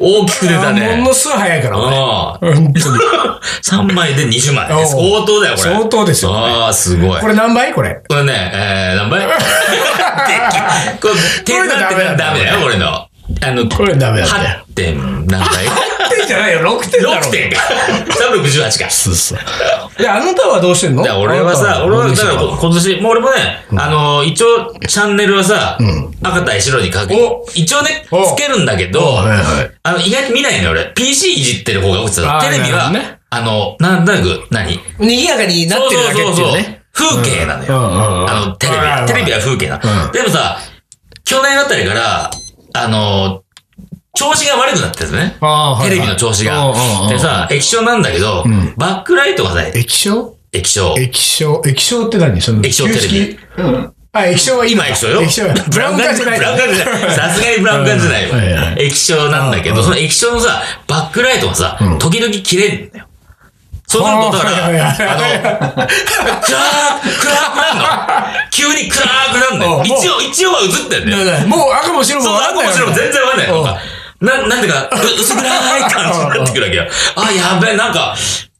[SPEAKER 1] (laughs) お (laughs) おお大きく出た
[SPEAKER 2] あも
[SPEAKER 1] ね。
[SPEAKER 2] のすごい早いから、俺
[SPEAKER 1] う
[SPEAKER 2] 本当に。
[SPEAKER 1] ん。3枚で20枚。
[SPEAKER 2] うん
[SPEAKER 1] 相当だよ、これ。
[SPEAKER 2] 相当ですよこれ
[SPEAKER 1] ああ、すごい。
[SPEAKER 2] これ何倍これ。
[SPEAKER 1] これね、えー、
[SPEAKER 2] (laughs)
[SPEAKER 1] 何倍できこれ、点なんてダメだよ、これの。あの、
[SPEAKER 2] これダメだね
[SPEAKER 1] 8点
[SPEAKER 2] (laughs)
[SPEAKER 1] 何倍
[SPEAKER 2] 6点じゃないよ、6点だろ。
[SPEAKER 1] ?6 点か。368か。
[SPEAKER 2] そうそう。で、あなたはどうしてんの
[SPEAKER 1] だから俺はさ、俺は、だから今年、もう俺もね、あのー、一応、チャンネルはさ、赤対白にかけ
[SPEAKER 2] お、
[SPEAKER 1] 一応ね、
[SPEAKER 2] お
[SPEAKER 1] つけるんだけど、
[SPEAKER 2] はいはい
[SPEAKER 1] あの、意外と見ないね、俺。PC いじってる方が多くてさ
[SPEAKER 2] あー
[SPEAKER 1] テレビ
[SPEAKER 2] なる
[SPEAKER 1] は、
[SPEAKER 2] ほどね
[SPEAKER 1] あの、なんとなく、何
[SPEAKER 2] にぎやかになってるだけっていうね。
[SPEAKER 1] 風景なのよ。
[SPEAKER 2] うんうんうん
[SPEAKER 1] あの、テレビ
[SPEAKER 2] はいはいは
[SPEAKER 1] は、
[SPEAKER 2] い
[SPEAKER 1] テレビは風景なの。
[SPEAKER 2] うん
[SPEAKER 1] でもさ、去年あたりから、あの、調子が悪くなってるね
[SPEAKER 2] あーはいは。い
[SPEAKER 1] テレビの調子
[SPEAKER 2] うん
[SPEAKER 1] が
[SPEAKER 2] うんう。ん
[SPEAKER 1] でさ、液晶なんだけど、バックライトがさ、
[SPEAKER 2] 液晶
[SPEAKER 1] 液晶。
[SPEAKER 2] 液晶液晶って何その
[SPEAKER 1] 液晶テレビ
[SPEAKER 2] ビ。あ、液晶は
[SPEAKER 1] 今液晶よ。
[SPEAKER 2] 液晶よブラウン管じゃない
[SPEAKER 1] ブラウン管じゃない。さすがにブラウン管じゃない
[SPEAKER 2] はいは
[SPEAKER 1] よ。液晶なんだけど、その液晶のさ、バックライトがさ、時々切れるんだよ。そうなると、だか
[SPEAKER 2] あーはいはい
[SPEAKER 1] ら、あの、暗く、暗くな
[SPEAKER 2] (laughs)
[SPEAKER 1] んの。急に暗くなんだ
[SPEAKER 2] うん
[SPEAKER 1] よ。
[SPEAKER 2] もう
[SPEAKER 1] 一応、一応は映ってんだよ。
[SPEAKER 2] もう赤も白も
[SPEAKER 1] そう、なんかもちろん全然わかんないのか。な、なんていうか、う薄暗い感じになってくるわけよ。あ、やべえ、なんか、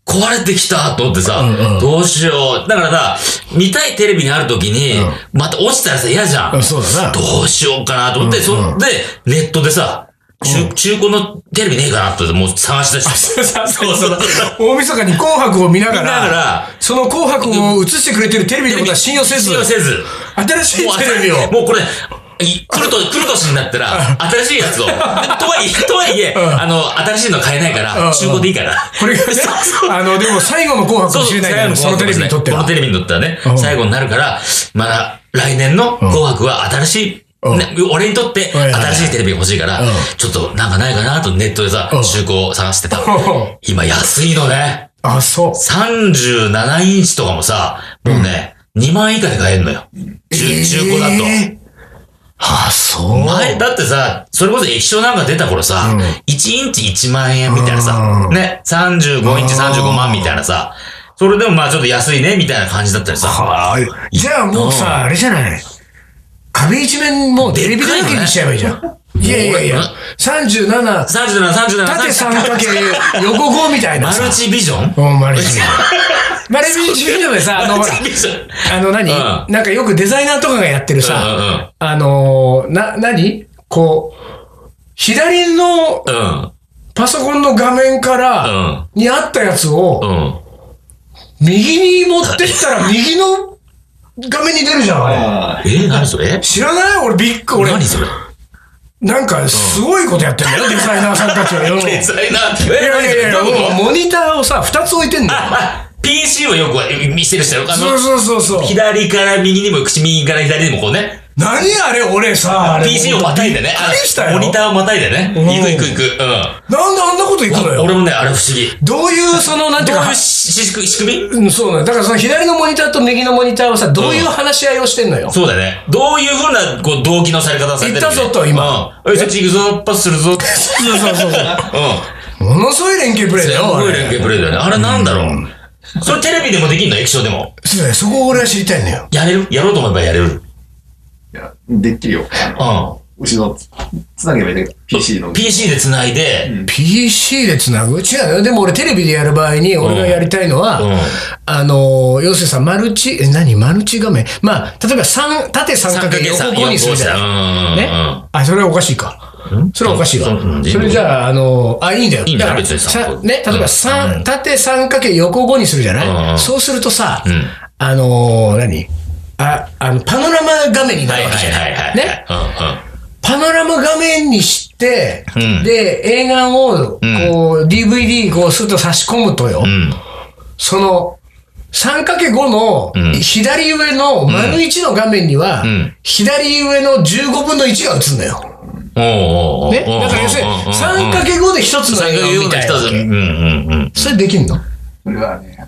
[SPEAKER 1] 壊れてきたと思ってさ、
[SPEAKER 2] んうん
[SPEAKER 1] どうしよう。だからさ、見たいテレビにあるときに、また落ちたらさ、嫌じゃん。
[SPEAKER 2] うんそうだな
[SPEAKER 1] どうしようかなと思って、
[SPEAKER 2] うんうん
[SPEAKER 1] そんで、ネットでさ、中、中古のテレビねえかなと思って、もう探し出し
[SPEAKER 2] (laughs) そ
[SPEAKER 1] て。
[SPEAKER 2] う
[SPEAKER 1] そうそうそう。
[SPEAKER 2] 大晦日に紅白を見なが、
[SPEAKER 1] だからら、
[SPEAKER 2] その紅白を映してくれてるテレビのことは信用せず
[SPEAKER 1] 信、用せず。
[SPEAKER 2] 新しいテレビを。
[SPEAKER 1] (laughs) もうこれ、い来ると、来る年になったら、新しい
[SPEAKER 2] (laughs)
[SPEAKER 1] やつを。でとはいえ、とはいえ、
[SPEAKER 2] ん
[SPEAKER 1] あの、新しいの買えないか
[SPEAKER 2] うんう
[SPEAKER 1] ら、
[SPEAKER 2] ん
[SPEAKER 1] 中古でいいから。
[SPEAKER 2] これがね
[SPEAKER 1] (laughs) そうそう、
[SPEAKER 2] あの、でも最後の紅白か
[SPEAKER 1] そう
[SPEAKER 2] もし
[SPEAKER 1] そ
[SPEAKER 2] れ
[SPEAKER 1] う
[SPEAKER 2] ないけど、そのテレビにとって
[SPEAKER 1] こ
[SPEAKER 2] は
[SPEAKER 1] の。テレビにとってはね
[SPEAKER 2] う、ん
[SPEAKER 1] 最後になるから、まだ来年の紅白は新しい、
[SPEAKER 2] うん
[SPEAKER 1] ね俺にとって
[SPEAKER 2] はいはい
[SPEAKER 1] 新しいテレビが欲しいから
[SPEAKER 2] うん、
[SPEAKER 1] ちょっとなんかないかなとネットでさ
[SPEAKER 2] う、ん
[SPEAKER 1] 中古を探してた
[SPEAKER 2] ん。
[SPEAKER 1] 今安いのね。
[SPEAKER 2] あ、そう。
[SPEAKER 1] 37インチとかもさ、もうね、2万以下で買えるのよ。中中古だと。
[SPEAKER 2] えーあ、そう。
[SPEAKER 1] 前、だってさ、それこそ液晶なんか出た頃さ、
[SPEAKER 2] うん
[SPEAKER 1] 1インチ1万円みたいなさ
[SPEAKER 2] う、ん
[SPEAKER 1] ね、35インチ
[SPEAKER 2] あー
[SPEAKER 1] 35万みたいなさ、それでもまあちょっと安いね、みたいな感じだったりさ。
[SPEAKER 2] はあ、じゃあもうさ、あれじゃない。壁一面もうテレビだらけにしちゃえばいいじゃん。いやいやいや、37、
[SPEAKER 1] 37、37、
[SPEAKER 2] 縦
[SPEAKER 1] 37。
[SPEAKER 2] 3かけ横5みたいな
[SPEAKER 1] マ
[SPEAKER 2] さ。
[SPEAKER 1] ルチビジョン
[SPEAKER 2] うん、マルチビジョン。マルチビジョンでさ、あの、ほ
[SPEAKER 1] マ
[SPEAKER 2] ら
[SPEAKER 1] ルチビジョン。
[SPEAKER 2] あの何、
[SPEAKER 1] う
[SPEAKER 2] なんかよくデザイナーとかがやってるさ、
[SPEAKER 1] うんうん
[SPEAKER 2] あのーな、何こう、左の
[SPEAKER 1] うん。
[SPEAKER 2] パソコンの画面から、
[SPEAKER 1] うん。
[SPEAKER 2] にあったやつを、
[SPEAKER 1] うん。
[SPEAKER 2] 右に持ってったら、右の画面に出るじゃん、あれ。
[SPEAKER 1] え何それ
[SPEAKER 2] 知らない俺びっく、俺、
[SPEAKER 1] 何それ
[SPEAKER 2] なんかすごいことやってるんだよ、デザイナーさんたちは。うん
[SPEAKER 1] (laughs) デザイナー。
[SPEAKER 2] いやいやいや、もうモニターをさ、二つ置いてんだよ。
[SPEAKER 1] あ、PC をよく見せる人よ。あ
[SPEAKER 2] そう
[SPEAKER 1] の、
[SPEAKER 2] そうそうそう。
[SPEAKER 1] 左から右にも行くし、右から左にもこうね。
[SPEAKER 2] 何あれ、俺さ、あれ
[SPEAKER 1] PC をまたいでね。
[SPEAKER 2] びっくりした
[SPEAKER 1] あ
[SPEAKER 2] よ。
[SPEAKER 1] のモニターをまたいでね。
[SPEAKER 2] うん
[SPEAKER 1] 行く行く行く。
[SPEAKER 2] なんであんなこと言くの
[SPEAKER 1] うん。
[SPEAKER 2] よ。
[SPEAKER 1] 俺もね、あれ不思議。
[SPEAKER 2] どういう、その、なんてい
[SPEAKER 1] ど
[SPEAKER 2] う
[SPEAKER 1] う
[SPEAKER 2] か
[SPEAKER 1] いう、しし仕組み仕組み
[SPEAKER 2] うん、そうなの。だからその左のモニターと右のモニターはさ、どういう話し合いをしてんのよ。
[SPEAKER 1] そうだね。どういうふうな、こう、動機のされ方をされて
[SPEAKER 2] 行
[SPEAKER 1] る
[SPEAKER 2] ったぞと今。
[SPEAKER 1] うん。おい、そっち行くぞ、パスするぞ。うん。
[SPEAKER 2] そうそうそうものすごい連携プレーだ
[SPEAKER 1] す
[SPEAKER 2] よ、
[SPEAKER 1] ご
[SPEAKER 2] あ
[SPEAKER 1] い
[SPEAKER 2] れ
[SPEAKER 1] 連携プレイだよね。あれなんだろう。それテレビでもできんの液晶でも。
[SPEAKER 2] そうだよそこを俺は知りたいのよ。
[SPEAKER 1] やれるやろうと思えばやれる。
[SPEAKER 3] いや、できるよ。
[SPEAKER 1] う
[SPEAKER 3] 後ろ、つなげばいいね。PC の
[SPEAKER 1] ん。。PC で繋いで、
[SPEAKER 2] PC で繋ぐ違うよ。でも俺テレビでやる場合に、俺がやりたいのは、
[SPEAKER 1] うんうん
[SPEAKER 2] あのー、要するにさ、マルチ、え、何マルチ画面まあ、例えば三縦三角形横5にするじゃない。
[SPEAKER 1] ない。
[SPEAKER 2] ね
[SPEAKER 1] うんうんうん。
[SPEAKER 2] あ、それはおかしいか。それはおかしいわ
[SPEAKER 1] うんうん。
[SPEAKER 2] それじゃあ、あのー、あ、いいんだよ。
[SPEAKER 1] いいんだ
[SPEAKER 2] だか
[SPEAKER 1] よ
[SPEAKER 2] ら、
[SPEAKER 1] 別にさ
[SPEAKER 2] さね、例えば三、縦三角形横5にするじゃ
[SPEAKER 1] うん
[SPEAKER 2] な
[SPEAKER 1] う
[SPEAKER 2] い
[SPEAKER 1] ん
[SPEAKER 2] そうするとさ
[SPEAKER 1] ん、
[SPEAKER 2] あのー、何あ、あの、パノラマ画面にな
[SPEAKER 1] はい
[SPEAKER 2] るわけ
[SPEAKER 1] は
[SPEAKER 2] じ
[SPEAKER 1] い
[SPEAKER 2] ゃな
[SPEAKER 1] はいはい。
[SPEAKER 2] い。ね。
[SPEAKER 1] う
[SPEAKER 2] パノラマ画面にして、
[SPEAKER 1] うん
[SPEAKER 2] で、映画を、こう、DVD こうすると差し込むとよ、
[SPEAKER 1] んうん。うん。
[SPEAKER 2] その、3×5 の
[SPEAKER 1] ん
[SPEAKER 2] 左上の丸1の画面には、
[SPEAKER 1] ん
[SPEAKER 2] 左上の15分の1が映るんだよ。
[SPEAKER 1] おうおうおう
[SPEAKER 2] ね。だから要するに、3×5 で一つの映画を見たいわ
[SPEAKER 1] うん
[SPEAKER 2] け。
[SPEAKER 1] うんうん。
[SPEAKER 2] それできんの
[SPEAKER 3] それはね、